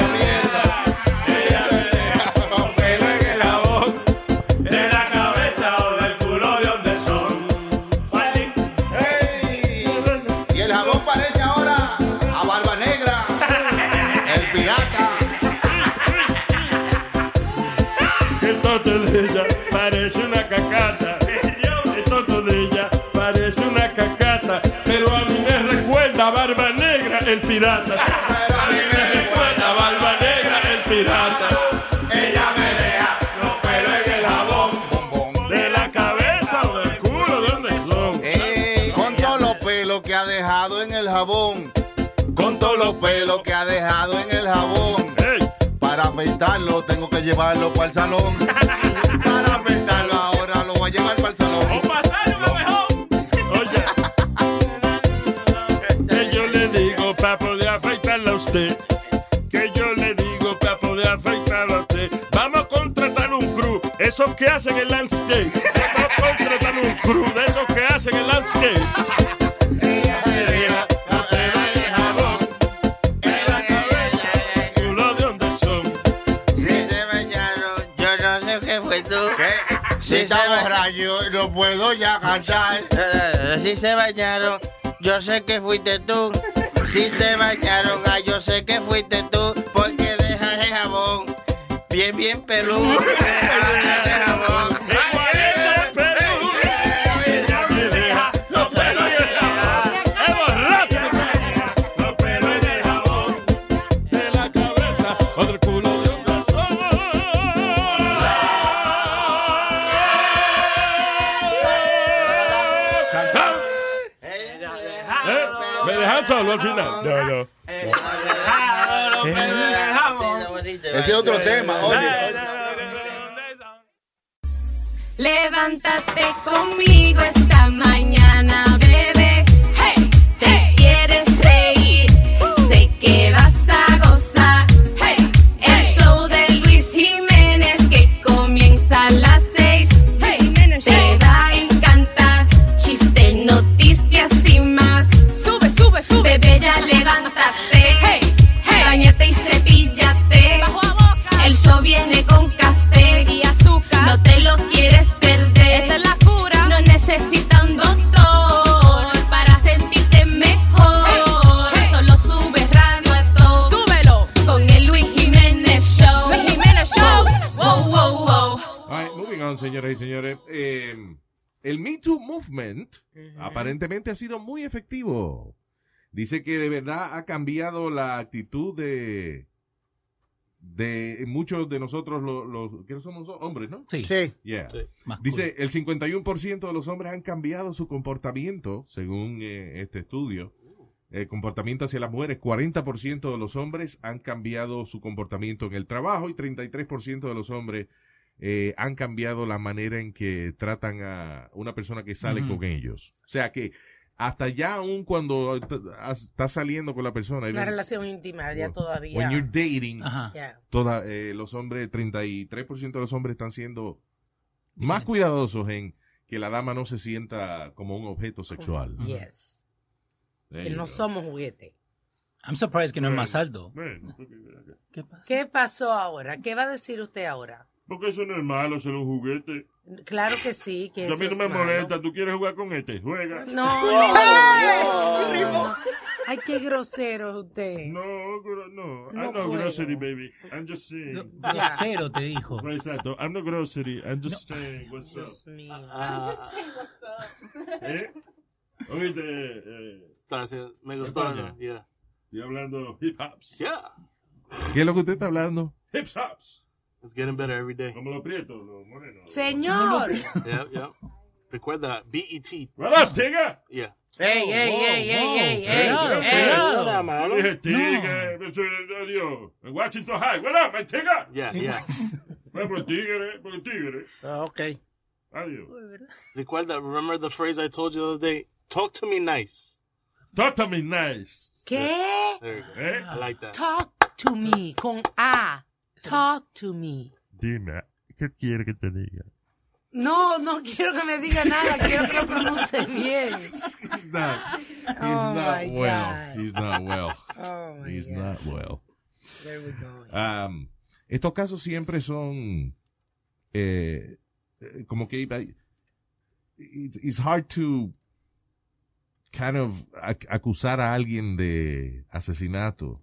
tonto de ella parece una cacata. El tonto de ella parece una cacata. Pero a mí me recuerda a Barba Negra, el pirata. Pero a mí me recuerda a Barba Negra, el pirata. Ella me deja los pelos en el jabón. De la cabeza o del culo, ¿de dónde son?
Ey, Eh, con todos los pelos que ha dejado en el jabón. Con todos los pelos que ha dejado en el jabón. Para afeitarlo tengo que llevarlo para el salón. Para afeitarlo ahora lo voy a llevar para el salón.
Que yo le digo para poder afeitarla a usted. Que yo le digo para poder afeitarla a usted. Vamos a contratar un crew. Esos que hacen el landscape. Vamos a contratar un crew de esos que hacen el landscape. Culo de donde son.
Si se bañaron, yo no sé qué fue tú.
Si está borracho, no puedo ya cantar.
Eh, Si se bañaron, yo sé que fuiste tú. Si se bañaron, ah, yo sé que fuiste tú. Porque dejas el jabón bien, bien peludo. Dejas el jabón.
Ella me deja los pelos en el jabón. Es borracha. Los pelos en el jabón. De la cabeza o del culo de un tazón. ¿Eh? Me dejan solo al final. No, no.
Ese es otro tema, oye.
Levántate conmigo esta mañana, bebé. Hey, te quieres reír. Sé que vas a gozar. Hey, el show de Luis Jiménez que comienza a las seis. Hey, te va a encantar. Chiste, noticias y más. Sube, sube, sube. Bebé, ya levántate. Hey, hey. Bañate y cepíllate. El show viene con café y azúcar. No te lo quieres perder. Esta es la cura. No necesita un doctor para sentirte mejor. Solo sube radio a todo. Súbelo. Con el Luis Jiménez Show. Luis Jiménez Show. Wow, wow, wow.
All right, moving on, señoras y señores. Eh, el Me Too Movement aparentemente ha sido muy efectivo. Dice que de verdad ha cambiado la actitud de de muchos de nosotros los, los que somos hombres, ¿no?
Sí.
Sí. Yeah. Dice, el 51% de los hombres han cambiado su comportamiento, según eh, este estudio. El eh, comportamiento hacia las mujeres, 40% de los hombres han cambiado su comportamiento en el trabajo y 33% de los hombres eh, han cambiado la manera en que tratan a una persona que sale
Ujú.
con ellos. O sea que hasta ya aún cuando estás saliendo con la persona,
Una
even-
relación íntima ya todavía.
When you're dating,
Yeah.
toda- eh, los hombres, 33% de los hombres están siendo más cuidadosos en que la dama no se sienta como un objeto sexual.
Oh, Yes.
There
Que
you
no
go.
somos juguete.
I'm surprised que no es más alto.
¿Qué pasó? ahora? ¿Qué va a decir usted ahora?
Porque eso no es malo, ser un juguete.
Claro que sí, que
Yo a mí
eso
no me
es malo.
molesta. ¿Tú quieres jugar con este? Juega.
No, no, no, no, no. Ay, qué grosero es usted.
No, no.
No
I'm not
puedo.
grocery, baby. I'm just saying.
grosero te dijo.
No, exacto. I'm not grocery. I'm just saying what's up.
Dios mío.
Ah.
Ah. ¿Eh? Oíste, eh,
me gustó,
España.
yeah.
Estoy hablando hip hops.
Yeah.
¿Qué es lo que usted está hablando?
Hip hops.
It's getting better every day.
Como los prietos, los morenos.
Señor.
yep, yep. Recuerda, BET.
What up, Oh, nigga?
Yeah.
Ey, ey, ey, ey, ey, ey,
Cuidado,
ey.
cuidado. Nada malo.
Dije, tigre,
No.
eso es- adiós. En Washington High, what up, my tigre?
Yeah, yeah.
Bueno, por tigre, por tigre.
Ah, ok.
Adiós.
Recuerda, remember the phrase I told you the other day? Talk to me nice.
Talk to me nice.
¿Qué?
There you go.
Eh?
I like that.
Talk to me con A. Talk to me.
Dime, ¿qué quiere que te diga?
No, no quiero que me diga nada, quiero que lo pronuncie bien.
He's not, he's
Oh,
not
my
well.
God.
He's not well.
Oh, my
he's
God.
not well.
There we go.
Um, estos casos siempre son eh, eh, como que eh, it's, it's hard to kind of ac- acusar a alguien de asesinato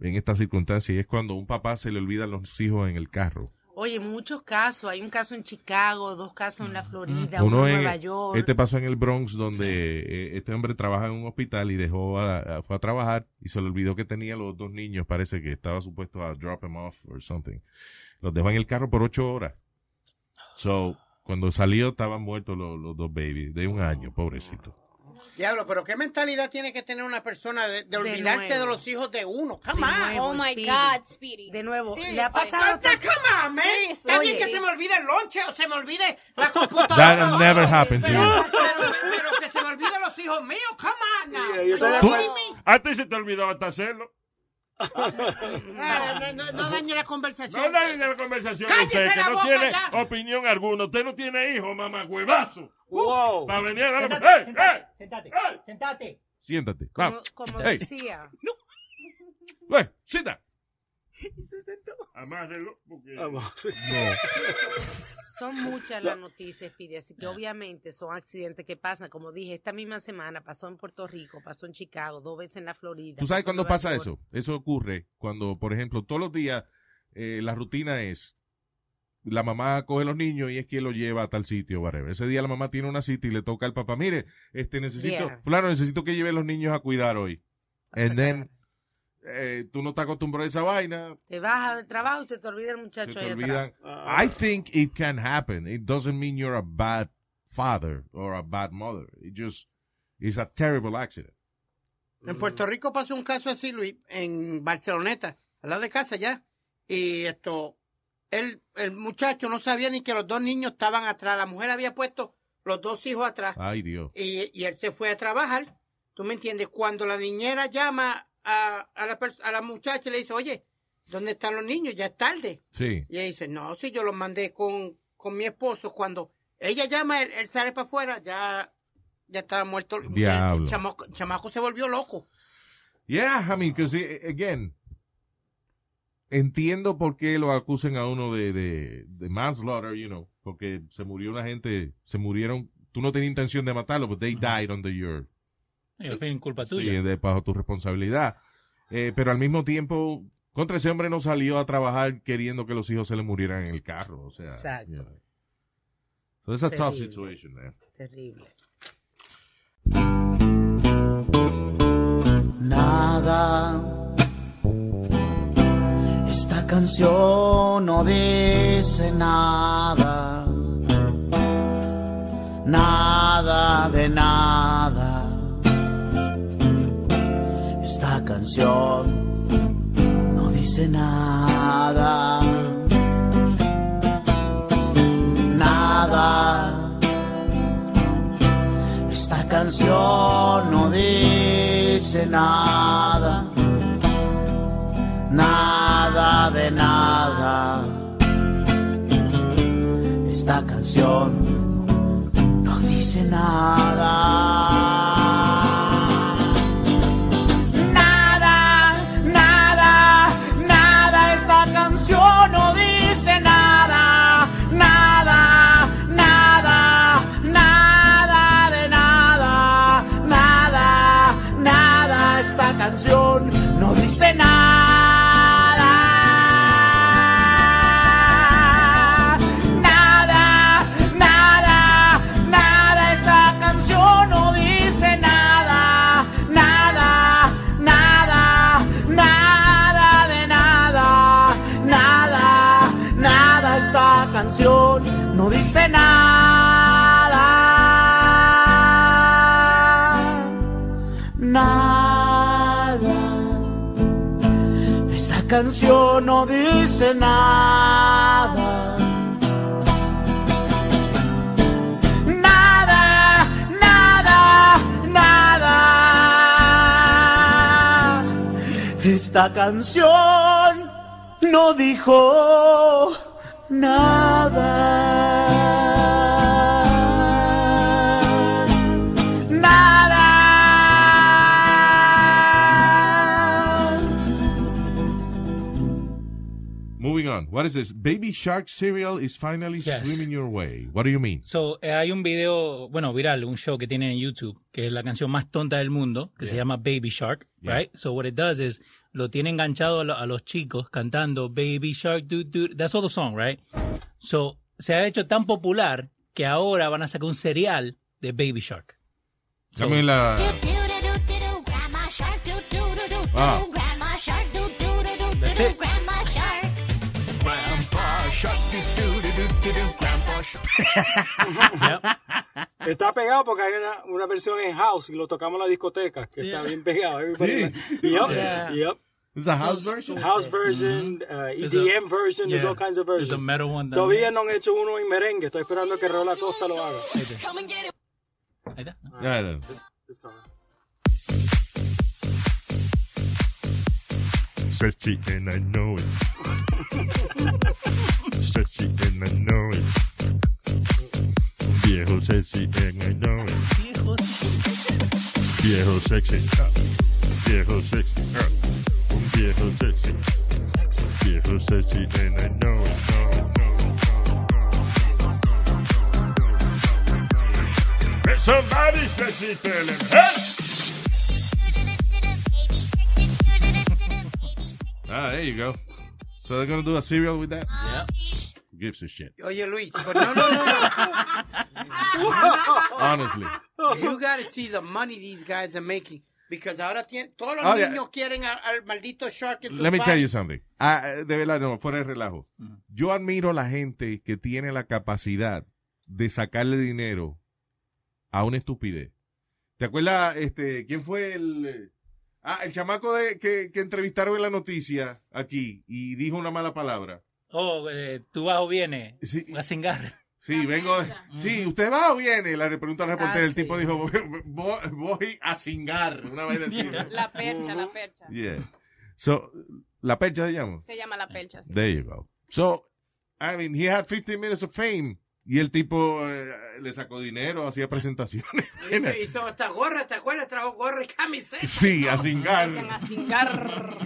en esta circunstancia y es cuando un papá se le olvidan los hijos en el carro.
Oye, muchos casos. Hay un caso en Chicago, dos casos en la Florida, uno,
Uno
en
en-
Nueva York.
Este pasó en el Bronx, donde eh, este hombre trabaja en un hospital y dejó a- a- fue a trabajar y se le olvidó que tenía los dos niños. Parece que estaba supuesto a drop them off or something. Los dejó en el carro por ocho horas. So, cuando salió estaban muertos los, los dos babies de un año, pobrecito.
Diablo, pero qué mentalidad tiene que tener una persona de, de olvidarse de,
nuevo.
los hijos de uno. Jamás.
nuevo, Oh, my Speedy. God,
Speedy.
De nuevo, le ha
La
pasado...
pasada come on, man.
Seriously.
Está bien que se me olvide el lonche o se me olvide la computadora.
That'll never happen to you.
Pero, pero que se me olviden los hijos míos, come on now.
¿Tú? A ti se te olvidó hasta hacerlo.
Ah, no, no, no dañe la conversación.
No dañe la conversación
¡Cállese
usted, que
la
no
boca
tiene
ya!
opinión alguna. Usted no tiene hijo, mamá huevazo. Uh,
Wow.
Para venir a
Sentate,
¡Ey,
pues.
sentate,
ey!
sentate,
¡Ey!
sentate.
Siéntate.
Como-
Vamos.
como
Hey.
decía.
Güey, sita.
Amárrelo, porque-
Son muchas las noticias, Pidi, así
Ah.
que obviamente son accidentes que pasan. Como dije, esta misma semana pasó en Puerto Rico, pasó en Chicago, dos veces en la Florida.
¿Tú sabes
pasó en
cuándo
Nueva
pasa
York.
eso? Eso ocurre cuando, por ejemplo, todos los días eh, la rutina es la mamá coge los niños y es quien los lleva a tal sitio, whatever. Ese día la mamá tiene una cita y le toca al papá, mire, este necesito,
Yeah.
fulano, necesito que lleve a los niños a cuidar hoy. And then, eh, tú no estás acostumbrado a esa vaina,
Te bajas del trabajo y se te olvida el
se
muchacho
te Ah,
ahí
olvidan.
atrás.
Ah.
I think it can happen. It doesn't mean you're a bad father or a bad mother. It just, it's a terrible accident.
En Puerto Rico pasó un caso así, Luis, en Barceloneta, al lado de casa ya. Y esto, el, el muchacho no sabía ni que los dos niños estaban atrás. La mujer había puesto los dos hijos atrás.
Ay, Dios.
Y, y él se fue a trabajar. ¿Tú me entiendes? Cuando la niñera llama a, a la, pers- a la muchacha y le dice, oye, ¿dónde están los niños? Ya es tarde.
Sí.
Y ella dice, no, si yo los mandé con, con mi esposo. Cuando ella llama, él, él sale para afuera, ya, ya estaba muerto.
Diablo.
El chamaco, el chamaco se volvió loco.
Yeah, I mean, because again, entiendo por qué lo acusan a uno de, de, de manslaughter, you know, porque se murió una gente, se murieron, tú no tenías intención de matarlo, but they died under your,
Y al fin, culpa
sí,
tuya.
de, bajo tu responsabilidad. Eh, pero al mismo tiempo, contra ese hombre no salió a trabajar queriendo que los hijos se le murieran en el carro, o sea.
Exacto.
yeah. So it's a tough
Terrible.
situation, man.
Terrible.
nada. Esta canción no dice nada, nada de nada. Esta canción no dice nada, nada. Esta canción no dice nada, nada de nada. Esta canción no dice nada.
Nada, nada, nada, esta canción no dice nada, nada, nada, nada de nada, nada, nada, esta canción no dice nada. Nada, nada, nada, esta canción no dice nada, nada, nada, nada de nada, nada, nada, esta canción no dice nada. Nada. Esta canción no dice nada. Nada, nada, nada. Esta canción no dijo nada. Nada.
Moving on. What is this? Baby Shark cereal is finally swimming your way. What do you mean?
So, eh, hay un video, bueno, viral, un show que tienen en YouTube, que es la canción más tonta del mundo, que se llama Baby Shark,
Yeah.
right? So what it does is lo tiene enganchado a, lo- a los chicos cantando Baby Shark, dude, dude. That's all the song, right? So, se ha hecho tan popular que ahora van a sacar un cereal de Baby Shark.
Dame la.
Ah.
That's it.
Está pegado porque hay una, una versión en house y lo tocamos en la discoteca, que está bien pegado. Everybody- Yep,
Yeah.
yep.
There's a house version?
House version, uh,
There's
EDM
a-
version, there's
yeah.
all kinds of
There's
versions.
a metal one down
Todavía
there.
no han hecho uno en merengue, estoy esperando que Raúl Acosta lo haga.
Ahí está.
Claro.
Stretchy and I know it. Stretchy and I know it. Viejo sexy and I know it. Viejo sexy. ah. Viejo sexy. ah. Un viejo sexy. Viejo sexy and I know it. Know it, know it, know it. Hey, Somebody sexy tell him, hey!
Ah, there you go. So they're gonna do a cereal with that?
Yeah.
Gives a shit.
Oye, Luis, but no, no, no, no.
Honestly.
You gotta see the money these guys are making. Because ahora tienen, todos los
Oh, yeah.
niños quieren al, al maldito Shark en sus
Let me tell
bares.
you something. Ah, de verdad, no, fuera de relajo. Yo admiro la gente que tiene la capacidad de sacarle dinero a una estupidez. ¿Te acuerdas, este, quién fue el... eh, Ah, el chamaco de, que, que entrevistaron en la noticia aquí y dijo una mala palabra.
Oh, eh, tú bajo viene. A cingar.
Sí, vengo de- Sí, ¿usted va o viene? La le pregunta al reportero.
Ah,
el tipo dijo, "Voy- voy, voy a cingar. Una vaina así.
La percha, la percha.
Uh-huh.
Yeah. So, la percha se llama.
Se llama la percha. sí.
There you go. So, I mean, he had 15 minutes of fame. Y el tipo eh, le sacó dinero, hacía presentaciones.
Hizo, hizo hasta gorra, ¿te acuerdas? Trajo gorra y camiseta.
sí, a cingar.
A cingar.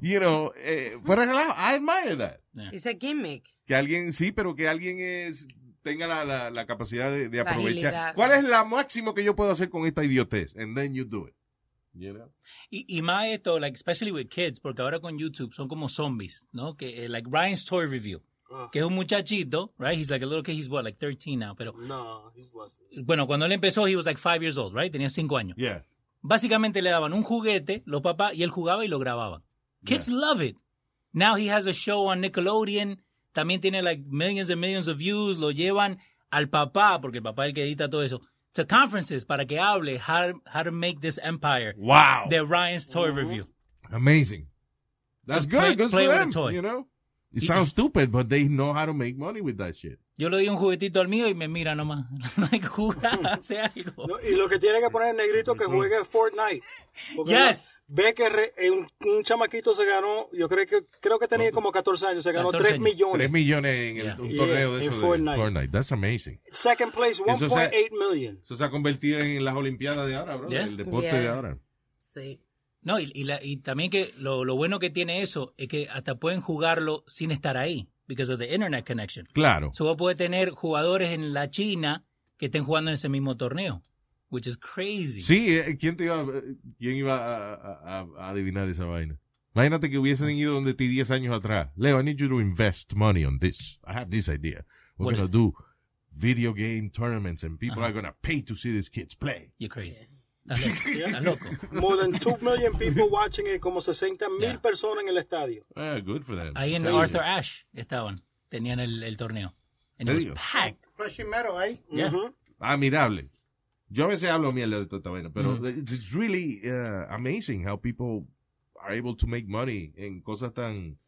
You know, eh, fuera de relajo, I admire that.
It's a gimmick.
Que alguien, sí, pero que alguien es tenga la, la- la capacidad de, de
La
aprovechar.
agilidad.
¿Cuál es la máximo que yo puedo hacer con esta idiotez? And then you do it. You know?
Y, y más esto, like, especially with kids, porque ahora con YouTube son como zombies, ¿no? Que, eh, like Ryan's Toy Review, que es un muchachito, right? He's like a little kid, he's what, like 13 now, pero...
No, he's lost.
Bueno, cuando él empezó, he was like 5 years old, right? Tenía 5 años.
Yeah.
Básicamente le daban un juguete, los papás, y él jugaba y lo grababan. Kids love it. Now he has a show on Nickelodeon, también tiene like millions and millions of views, lo llevan al papá, porque el papá es el que edita todo eso, to conferences para que hable how, how to make this empire.
Wow.
De Ryan's Toy Review.
Amazing. That's
Just
good.
Ah, play-
good
play
for
with a
them.
toy.
You know? It sounds stupid, but they know how to make money with that shit.
Yo le di un juguetito al mío y me mira nomás. No hay que jugar, hace algo.
No, y lo que tiene que poner el negrito que juegue Fortnite. Porque
Yes.
no- Ve que re- eh, un, un chamaquito se ganó, yo creo que creo que tenía como 14 años, se ganó 3 millones.
3 millones en el- un
Yeah,
torneo de
en
eso de
Fortnite.
Fortnite. That's amazing.
Second place,
Eso se-
1.8 million.
Eso se ha convertido en las Olimpiadas de ahora, bro.
Yeah.
El deporte
Yeah.
de ahora.
Sí.
No, y, y la- y también que lo, lo bueno que tiene eso es que hasta pueden jugarlo sin estar ahí, because of the internet connection.
Claro.
So vos puede tener jugadores en la China que estén jugando en ese mismo torneo, which is crazy.
Sí, eh, ¿quién, te iba, eh, quién iba a, a- a- a adivinar esa vaina? Imagínate que hubiesen ido donde ti 10 años atrás. Leo, I need you to invest money on this. I have this idea. We're
What
going
is Uh-huh.
to do video game tournaments and people
Ajá.
are going to pay to see these kids play.
You're crazy. Estás loco. Estás loco.
More than 2 million people watching it, como 60 mil personas en el estadio.
Ah, good for them.
Ahí en
Sí.
Arthur Ashe estaban, tenían el, el torneo. And
Te
it was
digo.
packed.
Fresh y mero ahí.
Yeah.
Admirable. Yo a veces hablo mierda de toda esta vaina, pero
Mm.
it's, it's really uh, amazing how people are able to make money en cosas tan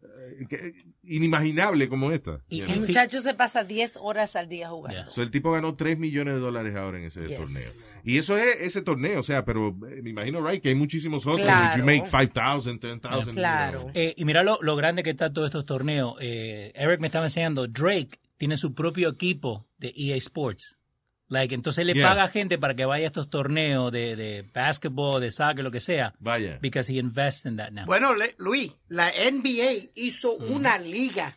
eh, que- inimaginables como esta. you know?
El muchacho se pasa 10 horas al día jugando.
So, el tipo ganó 3 millones de dólares ahora en ese
Yes.
torneo. Y eso es ese torneo, o sea, pero eh, me imagino, right, que hay muchísimos otros.
Claro.
You make 5,000, 10,000. you know.
Eh, y mira lo, lo grande que está todos estos torneos. Eh, Eric me estaba enseñando, Drake tiene su propio equipo de EA Sports. Like, entonces le
Yeah.
paga a gente para que vaya a estos torneos de, de basketball, de soccer, lo que sea.
Vaya.
Because he invests in that now.
Bueno, le- Luis, la NBA hizo una liga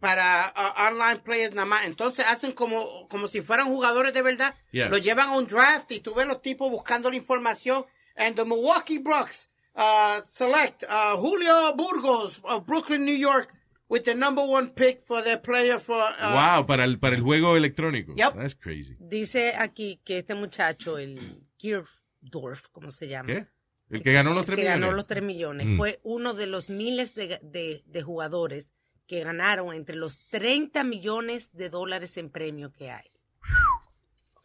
para uh, online players nada más. Entonces hacen como, como si fueran jugadores de verdad.
Yeah.
Los llevan a un draft y tú ves los tipos buscando la información. And the Milwaukee Bucks uh, select uh, Julio Burgos of Brooklyn, New York, with the number one pick for their player for. Uh,
Wow, para el, para el juego electrónico.
Yep.
That's crazy.
Dice aquí que este muchacho, el Kirchdorf, ¿cómo se llama?
¿Qué? El que ganó los
El
tres
que
millones.
ganó los 3 millones.
Mm.
Fue uno de los miles de, de- de jugadores que ganaron entre los 30 millones de dólares en premio que hay.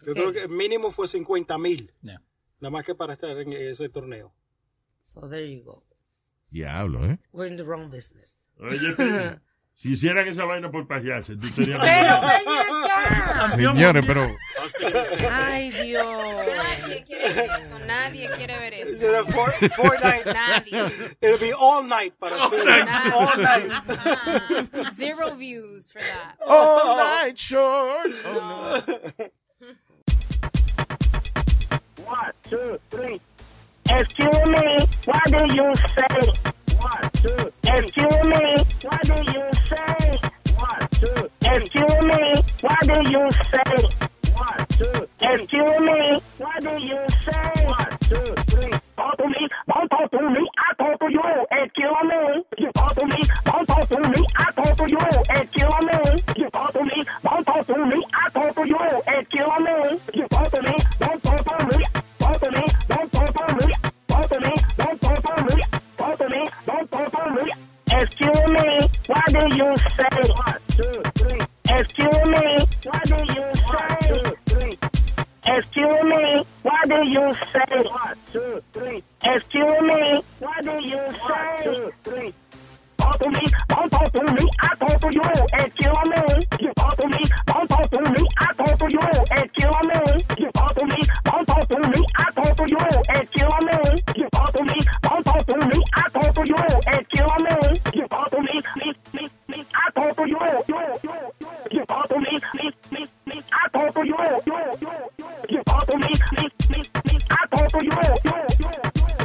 Yo creo que el mínimo fue 50 mil.
Yeah.
Nada más que para estar en ese torneo.
So there you go.
Diablo, ¿eh?
We're in the wrong business.
Oye, Peña, si hicieran esa vaina por pasearse, tú
Pero
serías...
ven acá.
Señores, pero...
Ay, Dios.
Nadie quiere ver eso.
Era four- Fortnite.
Nadie.
It'll be all night para ustedes. All night.
Zero views for that.
All night short. Oh,
One, two, three. Excuse me, what do you say? One, two, Excuse me, what do you say? One, two, Excuse me, what do you say? One, two, Excuse me, what do you say? One, two, three. Talk to me, don't talk to me, I talk to you. Excuse me, you talk to me, don't talk to me, I talk to you. Excuse me, you talk to me, don't talk to me, I talk to you. Excuse me, you talk to me, don't talk to me, talk to me, don't talk to me, talk to me, don't talk to me, talk to me, don't talk to me. Excuse me, what do you say? One, two, three. Excuse me, what do you say? One, two, three. Excuse me, what do you say? One, two, three. Excuse me, what do you say? One, two, three. Talk to me, don't talk to me, I talk to you. Excuse me, you talk to me, don't talk to me, I talk to you. Excuse me, you talk to me, don't talk to me, I talk to you. Excuse me, you talk to me, don't talk to me, I talk to you. Excuse me, you talk to me, me, me, me, I talk to you. You, you, you, you talk to me, me, me, me, I talk to you. You, you, you, you talk to me, me, me, me, I talk to you. You, you, you,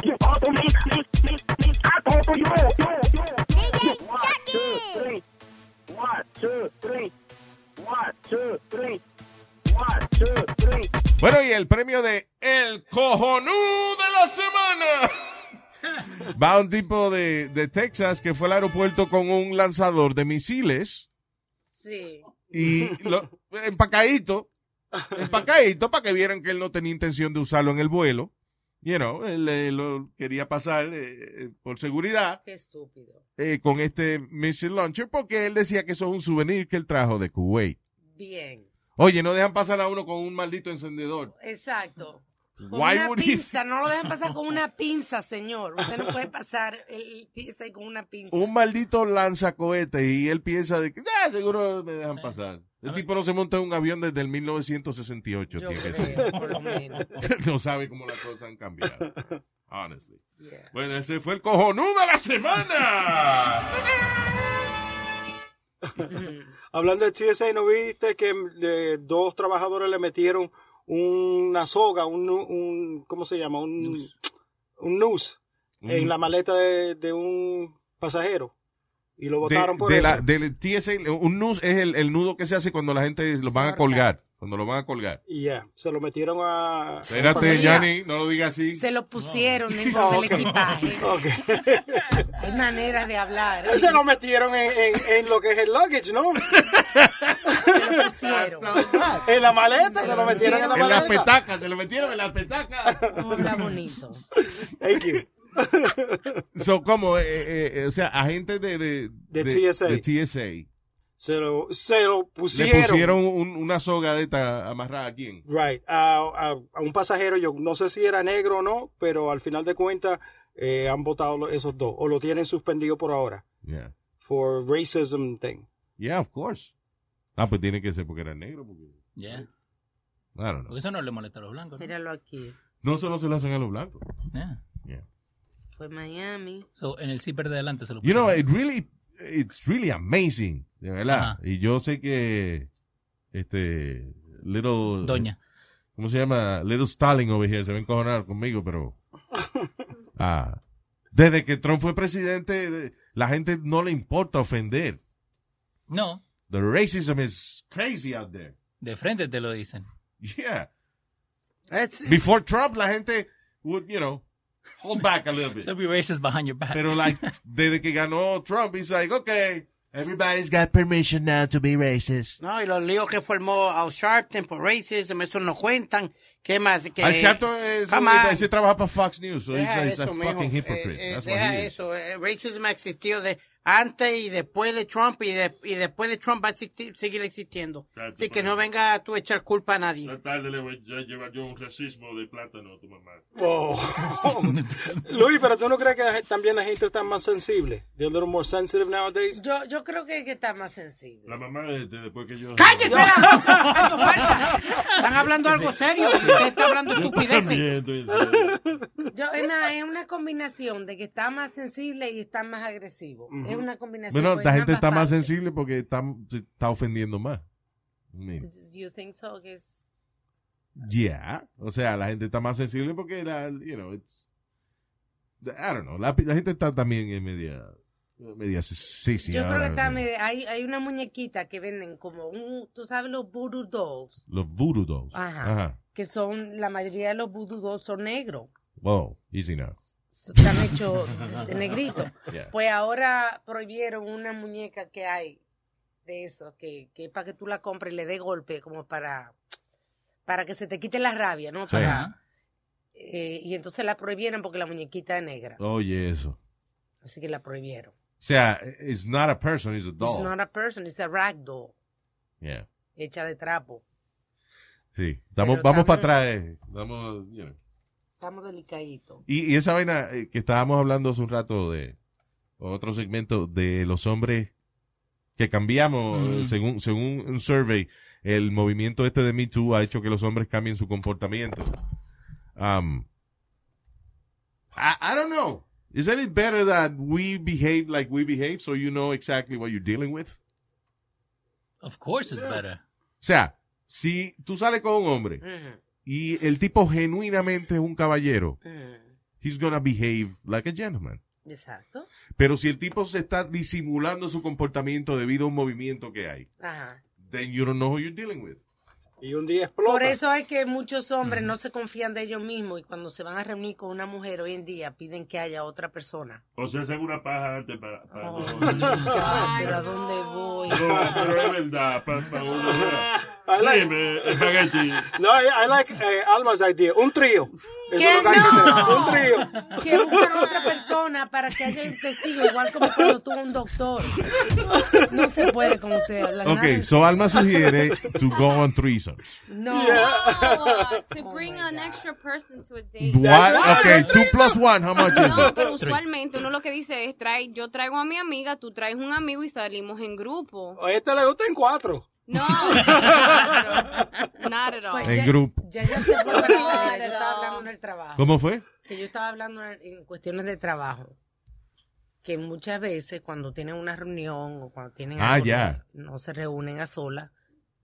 you talk to me, me, me, me, I talk to you. You, you. One, two, three. One, two, three. One, two, three. One, two, three.
Bueno, y el premio de El Cojonú de la Semana. Va un tipo de, de Texas que fue al aeropuerto con un lanzador de misiles
Sí.
y lo, empacadito, empacadito para que vieran que él no tenía intención de usarlo en el vuelo. You know, él eh, lo quería pasar eh, eh, por seguridad
Qué estúpido.
eh, con este missile launcher porque él decía que eso es un souvenir que él trajo de Kuwait.
Bien.
Oye, no dejan pasar a uno con un maldito encendedor.
Exacto. Con
Why
una
would he-
pinza, no lo dejan pasar con una pinza, señor. Usted no puede pasar el pinza con una pinza.
un maldito lanzacohete y él piensa de que "Ah, seguro me dejan pasar. El tipo no se monta en un avión desde el 1968.
Yo
tiene que
creo,
ser.
por lo menos.
no sabe cómo las cosas han cambiado. Honestly.
Yeah.
Bueno, ese fue el cojonudo de la semana.
Hablando de TSA, ¿no viste que eh, dos trabajadores le metieron una soga, un, nu- un ¿cómo se llama? Un un noose en
Un-
la maleta de, de un pasajero y lo
De,
botaron por
de
eso.
la, del TSA, un nudo es el, el nudo que se hace cuando la gente lo van a colgar. Cuando lo van a colgar.
Y ya, se lo metieron a...
Espérate, Yanni, no lo digas así.
Se lo pusieron dentro del equipaje. Hay maneras de hablar.
¿eh?
Se lo metieron en, en- en lo que es el luggage, ¿no?
pusieron.
en la maleta, se lo metieron en la
En
maleta.
las petacas, se lo metieron en las petacas.
Habla bonito.
Thank you.
So, ¿cómo? Eh, eh, eh, o sea, agentes de, de,
De
de-
TSA.
de TSA.
Se lo, se lo
Le
pusieron.
pusieron un- una soga de esta amarrada a quién.
Right. A, a- a un pasajero, yo no sé si era negro o no, pero al final de cuentas eh, han votado lo- esos dos. O lo tienen suspendido por ahora.
Yeah.
For racism thing.
Yeah, of course. Ah, pues tiene que ser porque era negro. Porque...
Yeah.
I don't know.
Porque eso no le molesta a los blancos. ¿no?
Míralo aquí.
No solo se lo hacen a los blancos.
Yeah.
Fue Miami.
So, en el zipper de adelante se lo
You know,
pusieron.
it really, it's really amazing. De verdad. Y yo sé que, este, little...
Doña.
¿Cómo se llama? Little Stalin over here. Se va a encojonar conmigo, pero... Ah. Desde que Trump fue presidente, eh, la gente no le importa ofender.
No,
The racism is crazy out there.
de frente te lo dicen.
Yeah. Before Trump, la gente would, you know, Hold back a little bit.
They'll be racist behind your back.
Pero like, desde que ganó Trump, he's like, okay,
Everybody's got permission now to be racist.
No, y los líos que formó Al Sharpton por racism, eso no cuentan. ¿Qué más? Que,
Al Sharpton es,
Come on.
ese trabaja para Fox News, so he's,
Deja
he's a
eso, mijo.
fucking hypocrite.
Eh, eh,
That's what
deja
he is.
eso. Eh, racism ha existido de antes y después de Trump y, de- y después de Trump va a existir- seguir existiendo.
Exacto,
Así que
pero-
no venga tú a echar culpa a nadie.
Esta tarde le voy a llevar yo un racismo de plátano a tu mamá.
Oh. Luis, pero tú no crees que la gente- también la gente está más sensible? They're a little more sensitive nowadays.
Yo, yo creo que, que está más sensible.
La mamá de, de- después que yo...
¡Cállese la boca! coño, Marta!
Están hablando algo serio. Usted está hablando estupideces.
Yo, es, más, es una combinación de que está más sensible y está más agresivo.
Ujú.
Es una combinación.
Bueno,
pues,
la gente
ambas
está más
partes.
sensible porque está, se está ofendiendo más. I mean,
You think so? Que es-
yeah. O sea, la gente está más sensible porque, la, you know, it's, I don't know. La, la gente está también en media, media sí, sí. ah,
Yo creo
ahora
que está
mismo.
medio- hay, hay una muñequita que venden como un, tú sabes, los voodoo dolls.
Los voodoo dolls.
Ajá. Que son, la mayoría de los voodoo dolls son negros.
Wow, easy now.
Están hechos de- de negrito.
Yeah.
Pues ahora prohibieron una muñeca que hay de eso, que, que es para que tú la compres y le dé golpe, como para, para que se te quite la rabia, ¿no?
Sí.
Para, eh, y entonces la prohibieron porque la muñequita es negra.
Oye, eso.
Así que la prohibieron.
O sea, it's not a person, it's a
It's
doll.
not a person, it's a ragdoll,
Yeah.
hecha de trapo.
Sí. Estamos,
Pero
vamos para
también-
atrás. eh. Vamos, you know.
Estamos delicaditos.
Y, y esa vaina eh, que estábamos hablando hace un rato de otro segmento de los hombres que cambiamos,
Mm.
eh, según, según un survey, el movimiento este de Me Too ha hecho que los hombres cambien su comportamiento. Um, I, I don't know. Isn't it better that we behave like we behave so you know exactly what you're dealing with?
Of course it's better.
O sea, si tú sales con un hombre y el tipo genuinamente es un caballero,
Mm,
he's gonna behave like a gentleman.
Exacto.
Pero si el tipo se está disimulando su comportamiento debido a un movimiento que hay,
Ajá.
then you don't know who you're dealing with.
Y un día
Por eso es que muchos hombres no se confían de ellos mismos y cuando se van a reunir con una mujer hoy en día piden que haya otra persona.
O se hacen una paja antes para... para-
Oh.
Ay, Oh, pero ¿a dónde voy?
No, pero es verdad, para uno.
I like-
Dime, espagueti.
No, I, I like eh, Alma's idea. Un trío. Eso
¿Qué
es lo que hay que tener.
no?
Un trío.
Que buscan otra persona para que haya un testigo, igual como cuando tuvo un doctor. No se puede con usted hablar. nada.
Ok, so Alma sugiere to go on threesomes.
No.
No, to bring an extra person to a date.
What? Ok, two plus one, how much is
No,
it?
pero usualmente uno lo que dice es, trae, yo traigo a mi amiga, tú traes un amigo y salimos en grupo.
A este le gusta en cuatro.
No, not at all.
Pues
En grupo.
Ya ya se fue
No,
para salir, yo
no.
estaba hablando en el trabajo.
¿Cómo fue?
Que yo estaba hablando en, en cuestiones de trabajo. Que muchas veces cuando tienen una reunión o cuando tienen
Ah,
algo,
ya.
no, no se reúnen a solas.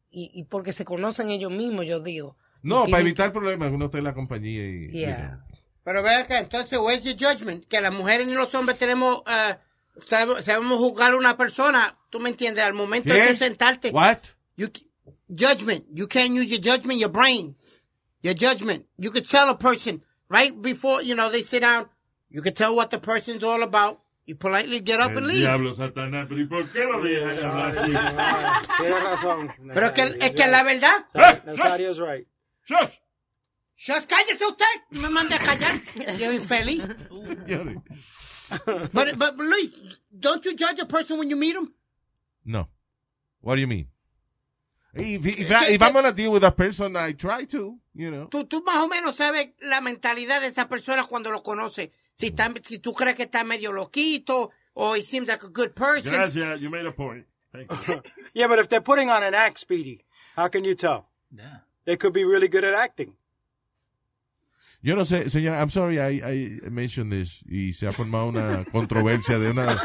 Y, y porque se conocen ellos mismos, yo digo.
No,
Y
para
piden-
evitar problemas, uno está en la compañía y... you
Yeah.
know.
Pero ve acá, entonces, where's your judgment? Que las mujeres y los hombres tenemos, eh, sabemos, sabemos juzgar a una persona, tú me entiendes, al momento de
¿Qué?
tú sentarte.
What?
You, c- judgment. You can't use your judgment, your brain. Your judgment. You could tell a person right before, you know, they sit down. You could tell what the person's all about. You politely get up and
El
leave.
diablo, Satanás, pero ¿y por qué lo dejan hablar así?
Ah, Tienes razón.
Pero es que, es que la verdad.
Nazario-
Eh,
Nazario is right.
¡Shush!
¡Shush! ¡Cállese usted! No me mande a callar. Yo infeliz. But, but Luis, don't you judge a person when you meet him?
No. What do you mean? If, if, I, if I'm gonna deal with a person, I try to, you know.
Tú, tú más o menos sabes la mentalidad de esa persona cuando lo conoce. Si, está, si tú crees que está medio loquito o he seems like a good person.
Gracias, you made a point. Thank you.
Yeah, but if they're putting on an act, Speedy, how can you tell?
Yeah.
They could be really good at acting.
Yo no sé, señora, I'm sorry I, I mentioned this y se ha formado una controversia de una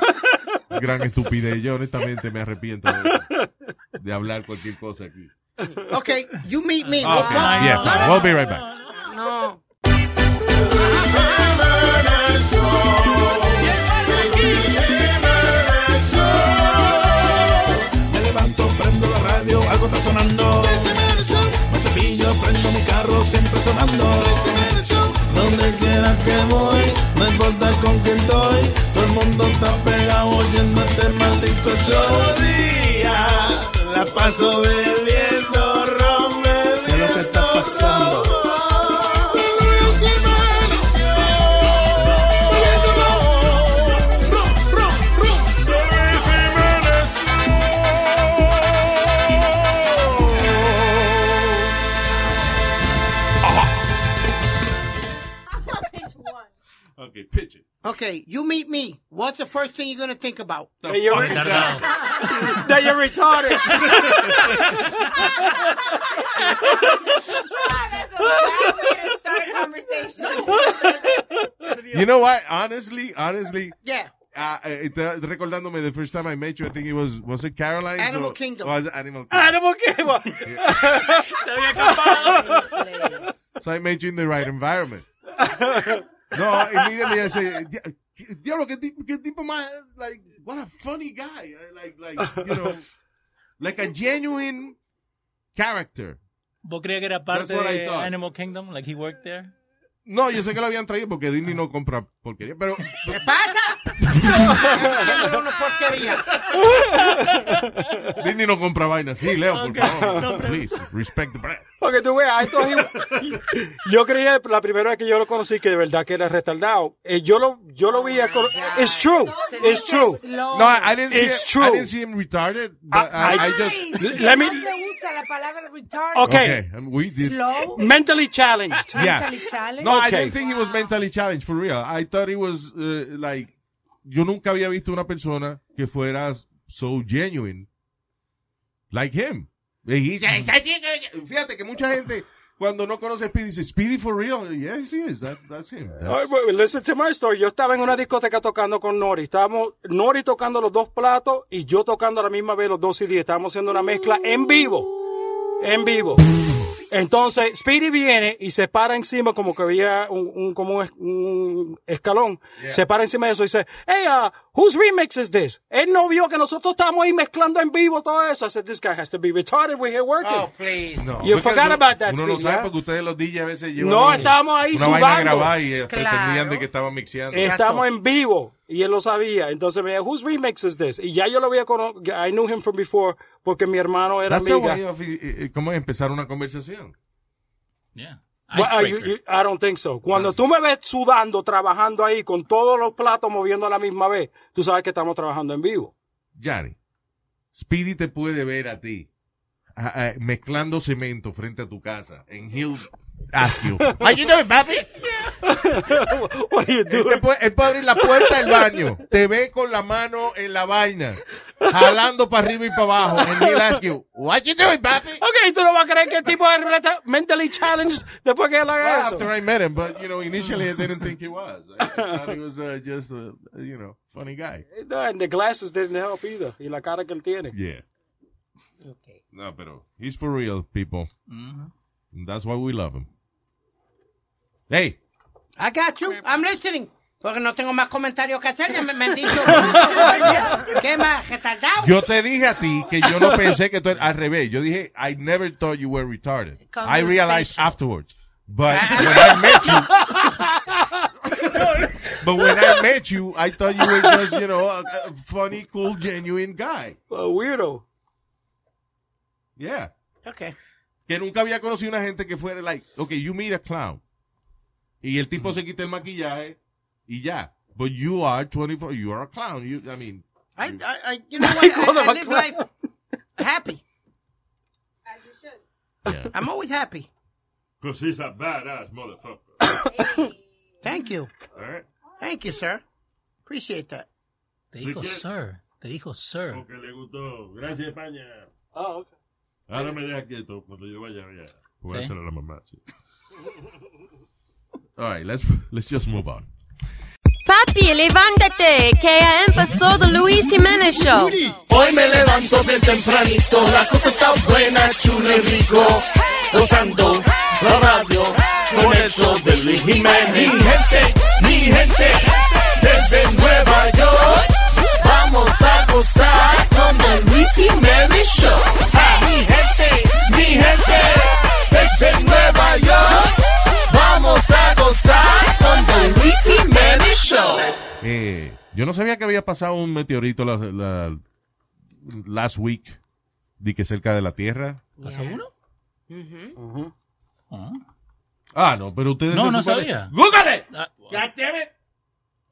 gran estupidez. Yo honestamente me arrepiento de, de hablar cualquier cosa aquí.
Okay, you meet me.
Ah,
What-
ok,
what-
yeah,
no, no,
fine. We'll be right back.
No.
Me levanto, prendo la radio, algo está sonando. Me cepillo, prendo mi carro, siempre sonando. Donde quiera que voy, este los días la paso bebiendo ron, ¿Qué es lo que está pasando?
Okay, pitch it.
Okay, you meet me. What's the first thing you're going to think about?
That you're fuck?
retarded.
That you're retarded.
You know what? Honestly, honestly.
Yeah.
ah, eh, está recordándome the first time I met you, I think it was, was it Caroline?
Animal
or-
Kingdom.
Was it Animal Kingdom.
Animal Kingdom.
Se había acabado.
So I met you in the right environment. no, immediately I said, "Di- Diablo, qué tipo, qué tipo más, like, what a funny guy. I Like, like, you know, like a genuine character.
¿Vos creías que era parte
That's what I
de
thought.
Animal Kingdom? Like he worked there?
No, yo sé que lo habían traído porque Disney no compra porquería, pero
¿Qué pasa? Haciéndole una porquería.
Disney no compra vainas. Sí, Leo, por
Ok,
favor.
no, pero-
Please, respect the brand.
Porque tú veas, esto es igual. Yo creía la primera vez que yo lo conocí que de verdad que era restaurado. Eh, yo lo, yo lo vi. a cor- It's true. It's true.
No, I, I didn't see
It's
him,
true.
I didn't see him retarded, but I, I, just...
Let me.
se usa la palabra retarded.
Okay. um, we did...
Slow.
Mentally challenged.
Mentally challenged.
No, I
Okay.
didn't think he was mentally challenged, for real. I thought he was, uh, like, yo nunca había visto una persona que fuera so genuine like him. And he-
Mm.
Fíjate que mucha gente cuando no conoce a Speedy dice, Speedy for real. Yes, he is. That, that's him.
All right, wait, listen to my story. Yo estaba en una discoteca tocando con Nori. Estábamos Nori tocando los dos platos y yo tocando a la misma vez los dos CDs. Estábamos haciendo una mezcla en vivo. En vivo. Entonces, Speedy viene y se para encima como que había un, un- como un, es- un escalón.
Yeah.
Se para encima de eso y dice, hey, uh, whose remix is this? Él no vio que nosotros estábamos ahí mezclando en vivo todo eso. I said, this guy has to be retarded. We're here working.
Oh, please.
No,
You
because
forgot
uno-
about that,
Uno no
Speedy,
sabe
¿eh?
porque ustedes los DJs a veces llevan
No,
una-
estábamos ahí
una vaina
sudando.
grabada y eh,
Claro.
pretendían de que estaban mixeando.
Estamos en vivo y él lo sabía. Entonces me dijo, whose remix is this? Y ya yo lo había conocido, I knew him from before porque mi hermano era
That's a way
amiga.
of, eh, eh, ¿Cómo empezar una conversación?
Well, uh, you-
Icebreaker.
you- I don't think so. Cuando tú me ves sudando, trabajando ahí con todos los platos moviendo a la misma vez, tú sabes que estamos trabajando en vivo.
Yari, Speedy te puede ver a ti a- a- mezclando cemento frente a tu casa en Hill Askew.
Are you doing, papi?
Él, te puede, él puede abrir la puerta del baño, te ve con la mano en la vaina, jalando para arriba y para abajo en Hill Askew. What you doing, papi?
Ok, tú no vas a creer que el tipo es reta- mentally challenged después que él haga
Well,
eso.
after I met him, but you know, initially I didn't think he was. I, I thought he was uh, just a you know funny guy.
No, and the glasses didn't help either. Y la cara que él tiene.
Yeah. No, pero he's for real, people.
Mhm.
And that's why we love him. Hey,
I got you. I'm listening. Porque no tengo más comentarios que hacer. Ya me, me han dicho. ¿Qué más? ¿Retardado?
yo te dije a ti que yo no pensé que tú eras- al revés. Yo dije, I never thought you were retarded.
Con
I
mi
realized afterwards. But when I met you, but when I met you, I thought you were just, you know, a, a funny, cool, genuine guy.
A weirdo.
Yeah.
Okay.
que nunca había conocido una gente que fuera like, okay, you meet a clown. Y el tipo se quita el maquillaje y ya. But you are 24, you are a clown. You, I mean,
I, I, I, you know what? I, I live life happy. As you should.
Yeah.
I'm always happy.
Because he's a badass motherfucker.
Thank you.
All right?
Thank you, sir. Appreciate that.
Te dijo sir. Te dijo sir.
Porque le gustó. Gracias, España.
Ah, ok.
Ahora me deja quieto cuando yo vaya allá. Voy a
Sí.
hacer a la mamá. sí.
all right, let's, let's just move on.
Papi, levántate, que ha empezado Luis Jiménez Show.
Hoy me levanto bien tempranito, la cosa está buena, chulo y rico. Gozando la radio con el show de Luis Jiménez. Mi gente, mi gente, desde Nueva York, vamos a gozar con el Luis Jiménez Show. Ah, Mi gente, mi gente, desde Nueva York, vamos a gozar con el Luis Jiménez Show.
Eh, yo no sabía que había pasado un meteorito la, la last week, di que cerca de la Tierra.
¿Pasa uno?
Ah, no, pero ustedes...
No,
se
no
supone-
sabía.
¡Google it!
Ah,
God damn it!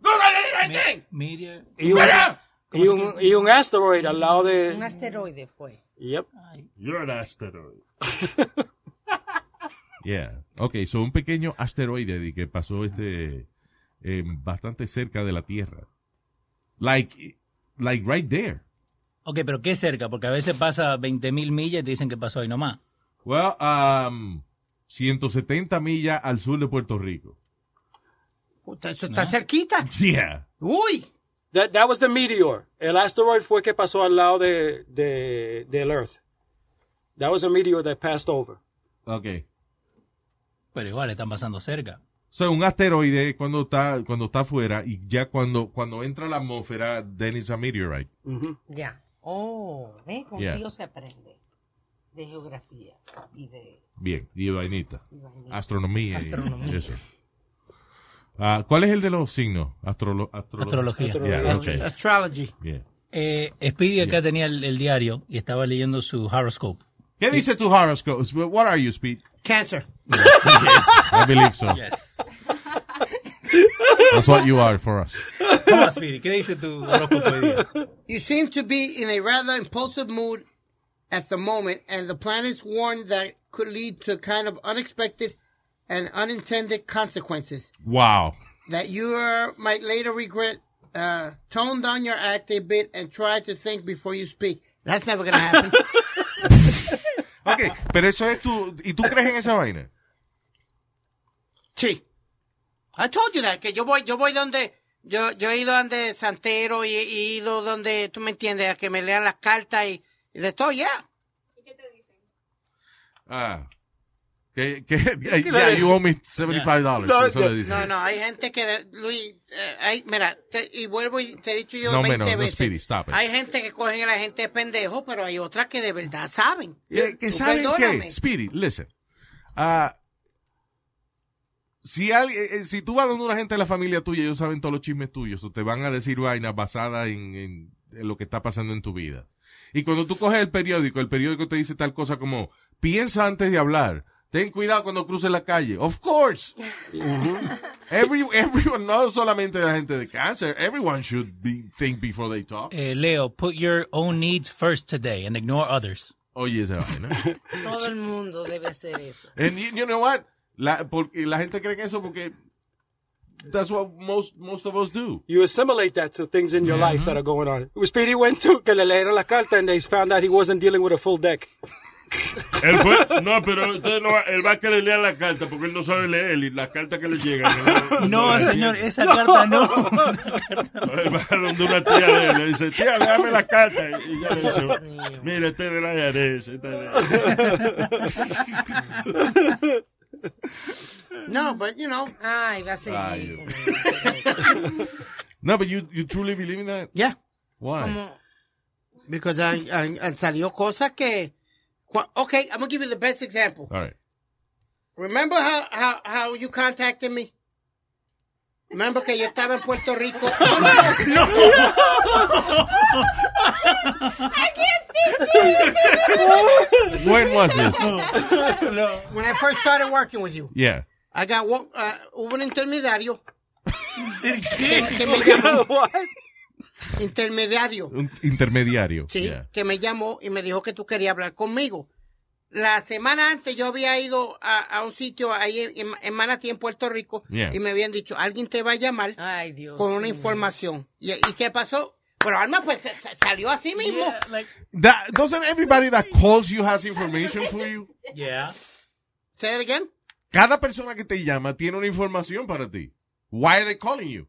Google it right there.
Media.
Y un, y un, y un asteroid al lado
Un
de.
asteroide fue.
Yep.
You're an asteroid.
Yeah. Ok, so un pequeño asteroide di que pasó este eh, bastante cerca de la Tierra. Like, like right there.
Ok, pero qué cerca, porque a veces pasa 20.000 millas y te dicen que pasó ahí nomás.
Well, um, 170 millas al sur de Puerto Rico.
Puta, eso está cerquita.
Yeah.
Uy.
That, that was the meteor. El asteroid fue que pasó al lado de, de, del Earth. That was a meteor that passed over.
Ok.
Pero igual, están pasando cerca.
So, un asteroide cuando está cuando está afuera y ya cuando cuando entra a la atmósfera, then it's a meteorite.
Ya. Oh, ¿ves? Contigo
Yeah.
se aprende. De geografía y de...
Bien, y vainita.
Y vainita.
Astronomía. y
Astronomía.
eso. Ah, ¿Cuál es el de los signos? Astrolo- astrolo-
Astrología.
Yeah, okay.
Astrology.
Bien.
Eh, Speedy acá tenía el, el diario y estaba leyendo su horoscope.
¿Qué dice tu horoscope? What are you, Speed?
Cancer.
I believe so.
Yes.
That's what you are for us.
¿Cómo, Speedy? ¿Qué dice tu horóscopo hoy día?
You seem to be in a rather impulsive mood at the moment, and the planets warn that could lead to kind of unexpected and unintended consequences
Wow.
that you are, might later regret. Uh, tone down your act a bit and try to think before you speak. That's never gonna happen.
Ok, pero eso es tu... ¿Y tú crees en esa vaina?
Sí. I told you that, que yo voy, yo voy donde, yo, yo he ido donde Santero y he ido donde, tú me entiendes, a que me lean las cartas y, y de todo, ya.
Ah. Que, que, Eh, yeah, you owe me $75.
No,
eso le dice.
no, no, hay gente que, de- Luis, eh, hay, mira, te- y vuelvo y te he dicho yo
No,
20
menos, no,
veces.
Speedy, stop it.
Hay gente que cogen a la gente de pendejo, pero hay otras que de verdad saben.
Que, que
Tú
saben
perdóname.
que, Spirit, listen. Ah, si, alguien, eh, si tú vas donde una gente de la familia tuya, ellos saben todos los chismes tuyos, o te van a decir vainas basadas en, en- en lo que está pasando en tu vida. Y cuando tú coges el periódico, el periódico te dice tal cosa como, piensa antes de hablar, ten cuidado cuando cruces la calle. Of course. Every- everyone, no solamente la gente de cáncer, everyone should be, think before they talk.
Eh, Leo, put your own needs first today and ignore others.
Oye, esa vaina.
Todo el mundo debe hacer eso.
And you, you know what? La, porque la gente cree en eso porque that's what most most of us do.
You assimilate that to things in your life that are going on. Speedy went to que le leyeron la carta and they found out he wasn't dealing with a full deck.
Él fue, no, pero usted no va- él va a que le lea la carta porque él no sabe leer y la carta que le llega. que
No,
le-
señor, esa carta no.
Él va donde una tía de él le dice, tía, dame la carta. Y ya le dice, mira, este es de la IRS. este es de-
No, but you know.
Ay, va a seguir.
Ay,
con
No, but you, you truly believe in that?
Yeah.
Why?
Como-
Because han, han- han salido cosas que. cua- Okay, I'm gonna give you the best example.
All right.
Remember how, how, how you contacted me? Remember que yo estaba en Puerto Rico. No, no, no.
When was this?
When I first started working with you,
Yeah.
I got one, uh, hubo un intermediario. Que, que me llamó. Intermediario.
Un intermediario.
Sí,
Yeah.
que me llamó y me dijo que tú querías hablar conmigo. La semana antes yo había ido a, a un sitio ahí en, en Manatí, en Puerto Rico,
Yeah.
y me habían dicho, alguien te va a llamar con una información. ¿Y, y qué pasó? Pero Alma, pues sa- sa- salió así mismo.
That, doesn't everybody that calls you has information for you?
Yeah.
Say that again.
Cada persona que te llama tiene una información para ti. Why are they calling you?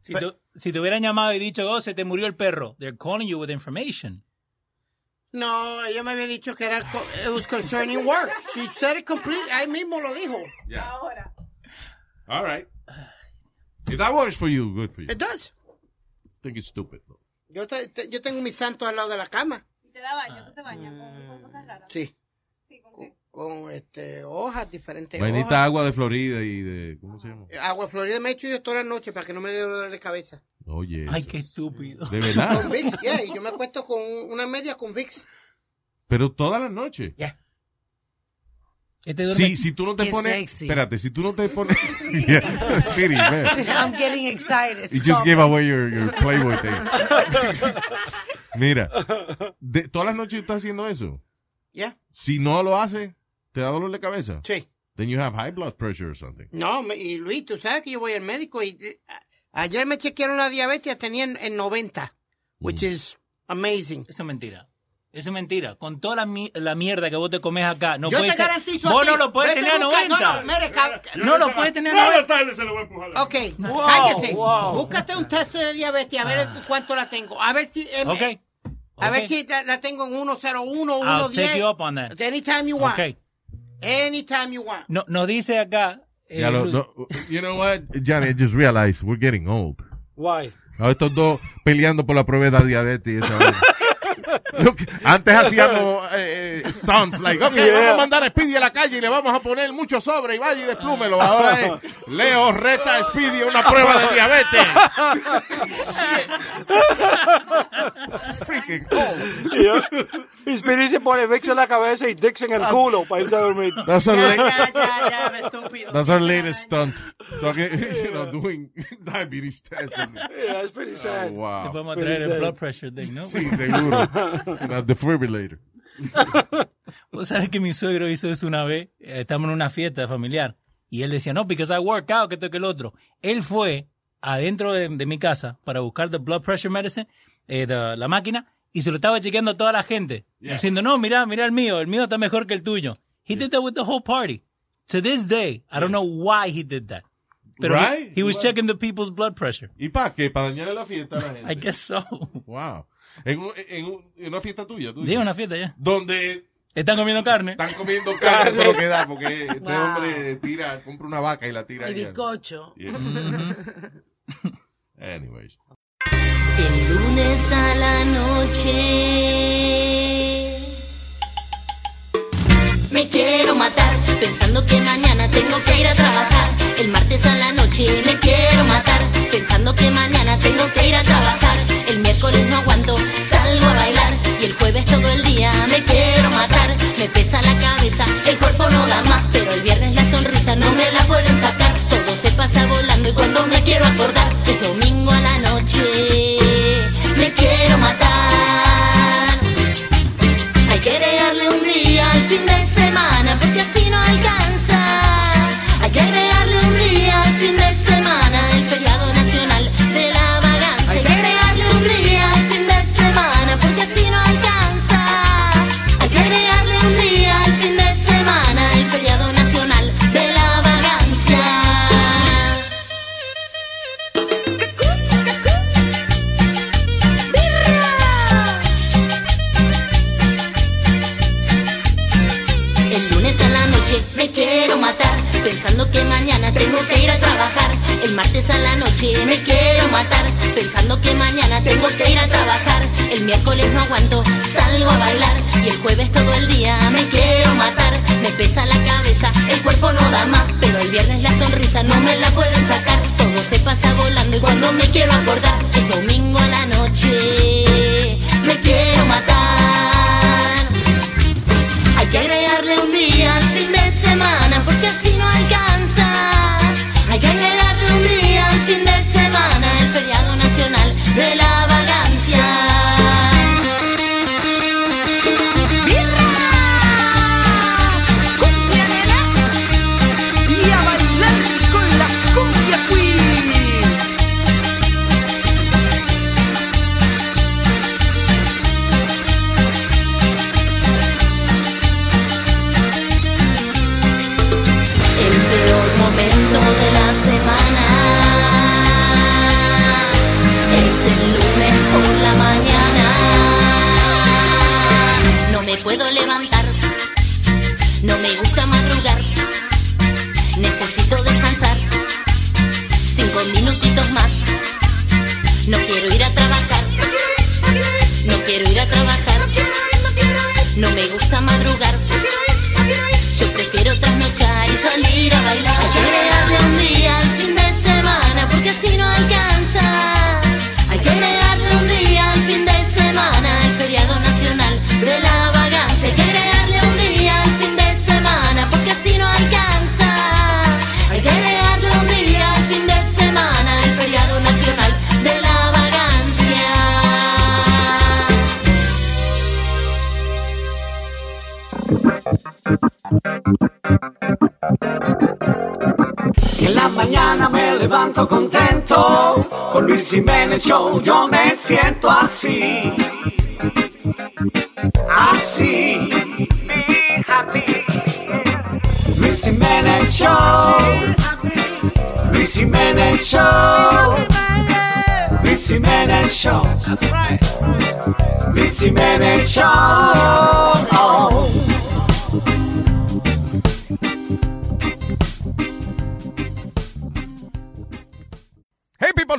Si, tu- si te hubieran llamado y dicho, oh, se te murió el perro, they're calling you with information.
No, ella me había dicho que era co- it was concerning work. She said it completely, ahí mismo lo dijo.
Yeah. All right. If that works for you, good for you.
It does.
I think it's stupid. though.
Yo, te- te- yo tengo mis santos al lado de la cama. Ah.
¿Te da baño? ¿Tú te bañas con, con cosas raras?
Sí.
Sí, ¿con qué?
con este, hojas, diferentes
Vainita agua de Florida y de. ¿Cómo se llama?
hojas. Agua de Florida me he hecho yo toda la noche para que no me dé dolor de cabeza.
Oye.
Ay,
eso.
qué estúpido.
De verdad.
Con Vicks, yeah, y yo me acuesto con un- una media con Vicks.
Pero todas las noches. Si, si tú no te
Qué
pones.
sexy.
Espérate, si tú no te pones. yeah, it's kidding, man.
I'm getting excited.
You just
Stop.
gave away your, your Playboy thing. Mira, de- todas las noches tú estás haciendo eso.
Yeah.
Si no lo haces, te da dolor de cabeza.
Sí.
Then you have high blood pressure or something.
No, me- y Luis, tú sabes que yo voy al médico y eh, a- ayer me chequearon la diabetes, tenía en, en 90, which
Mm.
is amazing.
Eso es mentira. Eso es mentira. Con toda la, mi- la mierda que vos te comes acá, no
Yo
puede
te
ser-
garantizo
Vos
a ti,
no lo puedes
vete
tener a
a buscar-
90.
No, no, mire, cab-
No lo puedes tener a
Todas
90.
las tardes se lo voy a empujar.
Ok,
Wow,
cállese.
wow.
Búscate un test de diabetes a ver cuánto la tengo. A ver si. eh,
Ah. Ok,
eh, A
ok.
ver si la, la tengo en 101,
I'll take
110.
you up on that.
Anytime you want.
Ok.
Anytime you want.
No, nos dice acá. eh,
Ya lo-
Luis-
no, you know what, Johnny, I just realized we're getting old.
Why?
Ahora estos dos peleando por la prueba de diabetes. y esa vaina. Look, antes hacíamos eh, eh, stunts, like, ok,
Yeah.
vamos a mandar a Speedy a la calle y le vamos a poner mucho sobre y vaya y desplúmelo. Ahora es Leo reta a Speedy a una prueba de diabetes. Freaking old.
Y Speedy se pone Vicks en la cabeza y Dix en el culo para irse a dormir.
That's our, la-
ya,
that's our latest stunt. Talking, you know, doing diabetes tests. and-
Yeah, it's pretty sad.
Oh, wow.
Te
podemos traer el blood pressure thing, ¿no?
Sí, seguro. Una defibrillator.
Vos sabés que mi suegro hizo eso una vez. eh, Estamos en una fiesta familiar. Y él decía, no, because I work out, que esto, que el otro. Él fue adentro de, de mi casa para buscar the blood pressure medicine, eh, the- la máquina, y se lo estaba chequeando a toda la gente. Diciendo, no, mira, mira el mío. El mío está mejor que el tuyo. He did that with the whole party. To this day, I don't know why he did that. Pero he-
Right?
he, was
Why?
checking the people's blood pressure.
¿Y para qué? ¿Para dañarle la fiesta a la gente?
I guess so.
Wow. En, un- en un- en una fiesta tuya, tú.
Sí,
dices.
una fiesta ya.
Donde
Están comiendo carne.
están comiendo carne pero que da, porque este hombre tira, compra una vaca y la tira.
El
ahí.
bizcocho.
Yeah. Mm-hmm. Anyways.
El lunes a la noche. Me quiero matar, pensando que mañana tengo que ir a trabajar. El martes a la noche me quiero matar, pensando que mañana tengo que ir a trabajar. El miércoles no aguanto, salgo a bailar. Y el jueves todo el día me quiero matar. Me pesa la cabeza, el cuerpo no da más. Pero el viernes la sonrisa no me la pueden sacar. Todo se pasa volando y cuando me quiero acordar, es domingo a la noche. Me quiero matar. Hay que agregarle un día al fin de semana porque así no alcanza. Hay que agregarle un día al fin de semana el feriado nacional de la vacancia. Hay que agregarle un día al fin de semana porque así no alcanza. Hay que agregarle un día al fin de semana el feriado nacional de la vacancia. El lunes a la noche me quiero matar, pensando que mañana tengo que ir a trabajar. El martes a la noche me quiero matar, pensando que mañana tengo que ir a trabajar. El miércoles no aguanto, salgo a bailar. Y el jueves todo el día me quiero matar. Me pesa la cabeza, el cuerpo no da más. Pero el viernes la sonrisa no me la pueden sacar. Todo se pasa volando y cuando me quiero acordar, es domingo a la noche. Me quiero matar. Hay que agregarle un día al fin de semana porque así no alcanza. Hay que agregarle un día al fin de semana el feriado nacional de la vacancia. ¡Birra! ¡Cumbia nena! Y a bailar con la cumbia quiz. el peor momento de la semana. Es el lunes.
levanto contento, con Luis Jiménez Show yo me siento así. Así. Luis Jiménez Show. Luis Jiménez Show. Luis Jiménez Show. Luis Jiménez Show. Oh.
Hey people,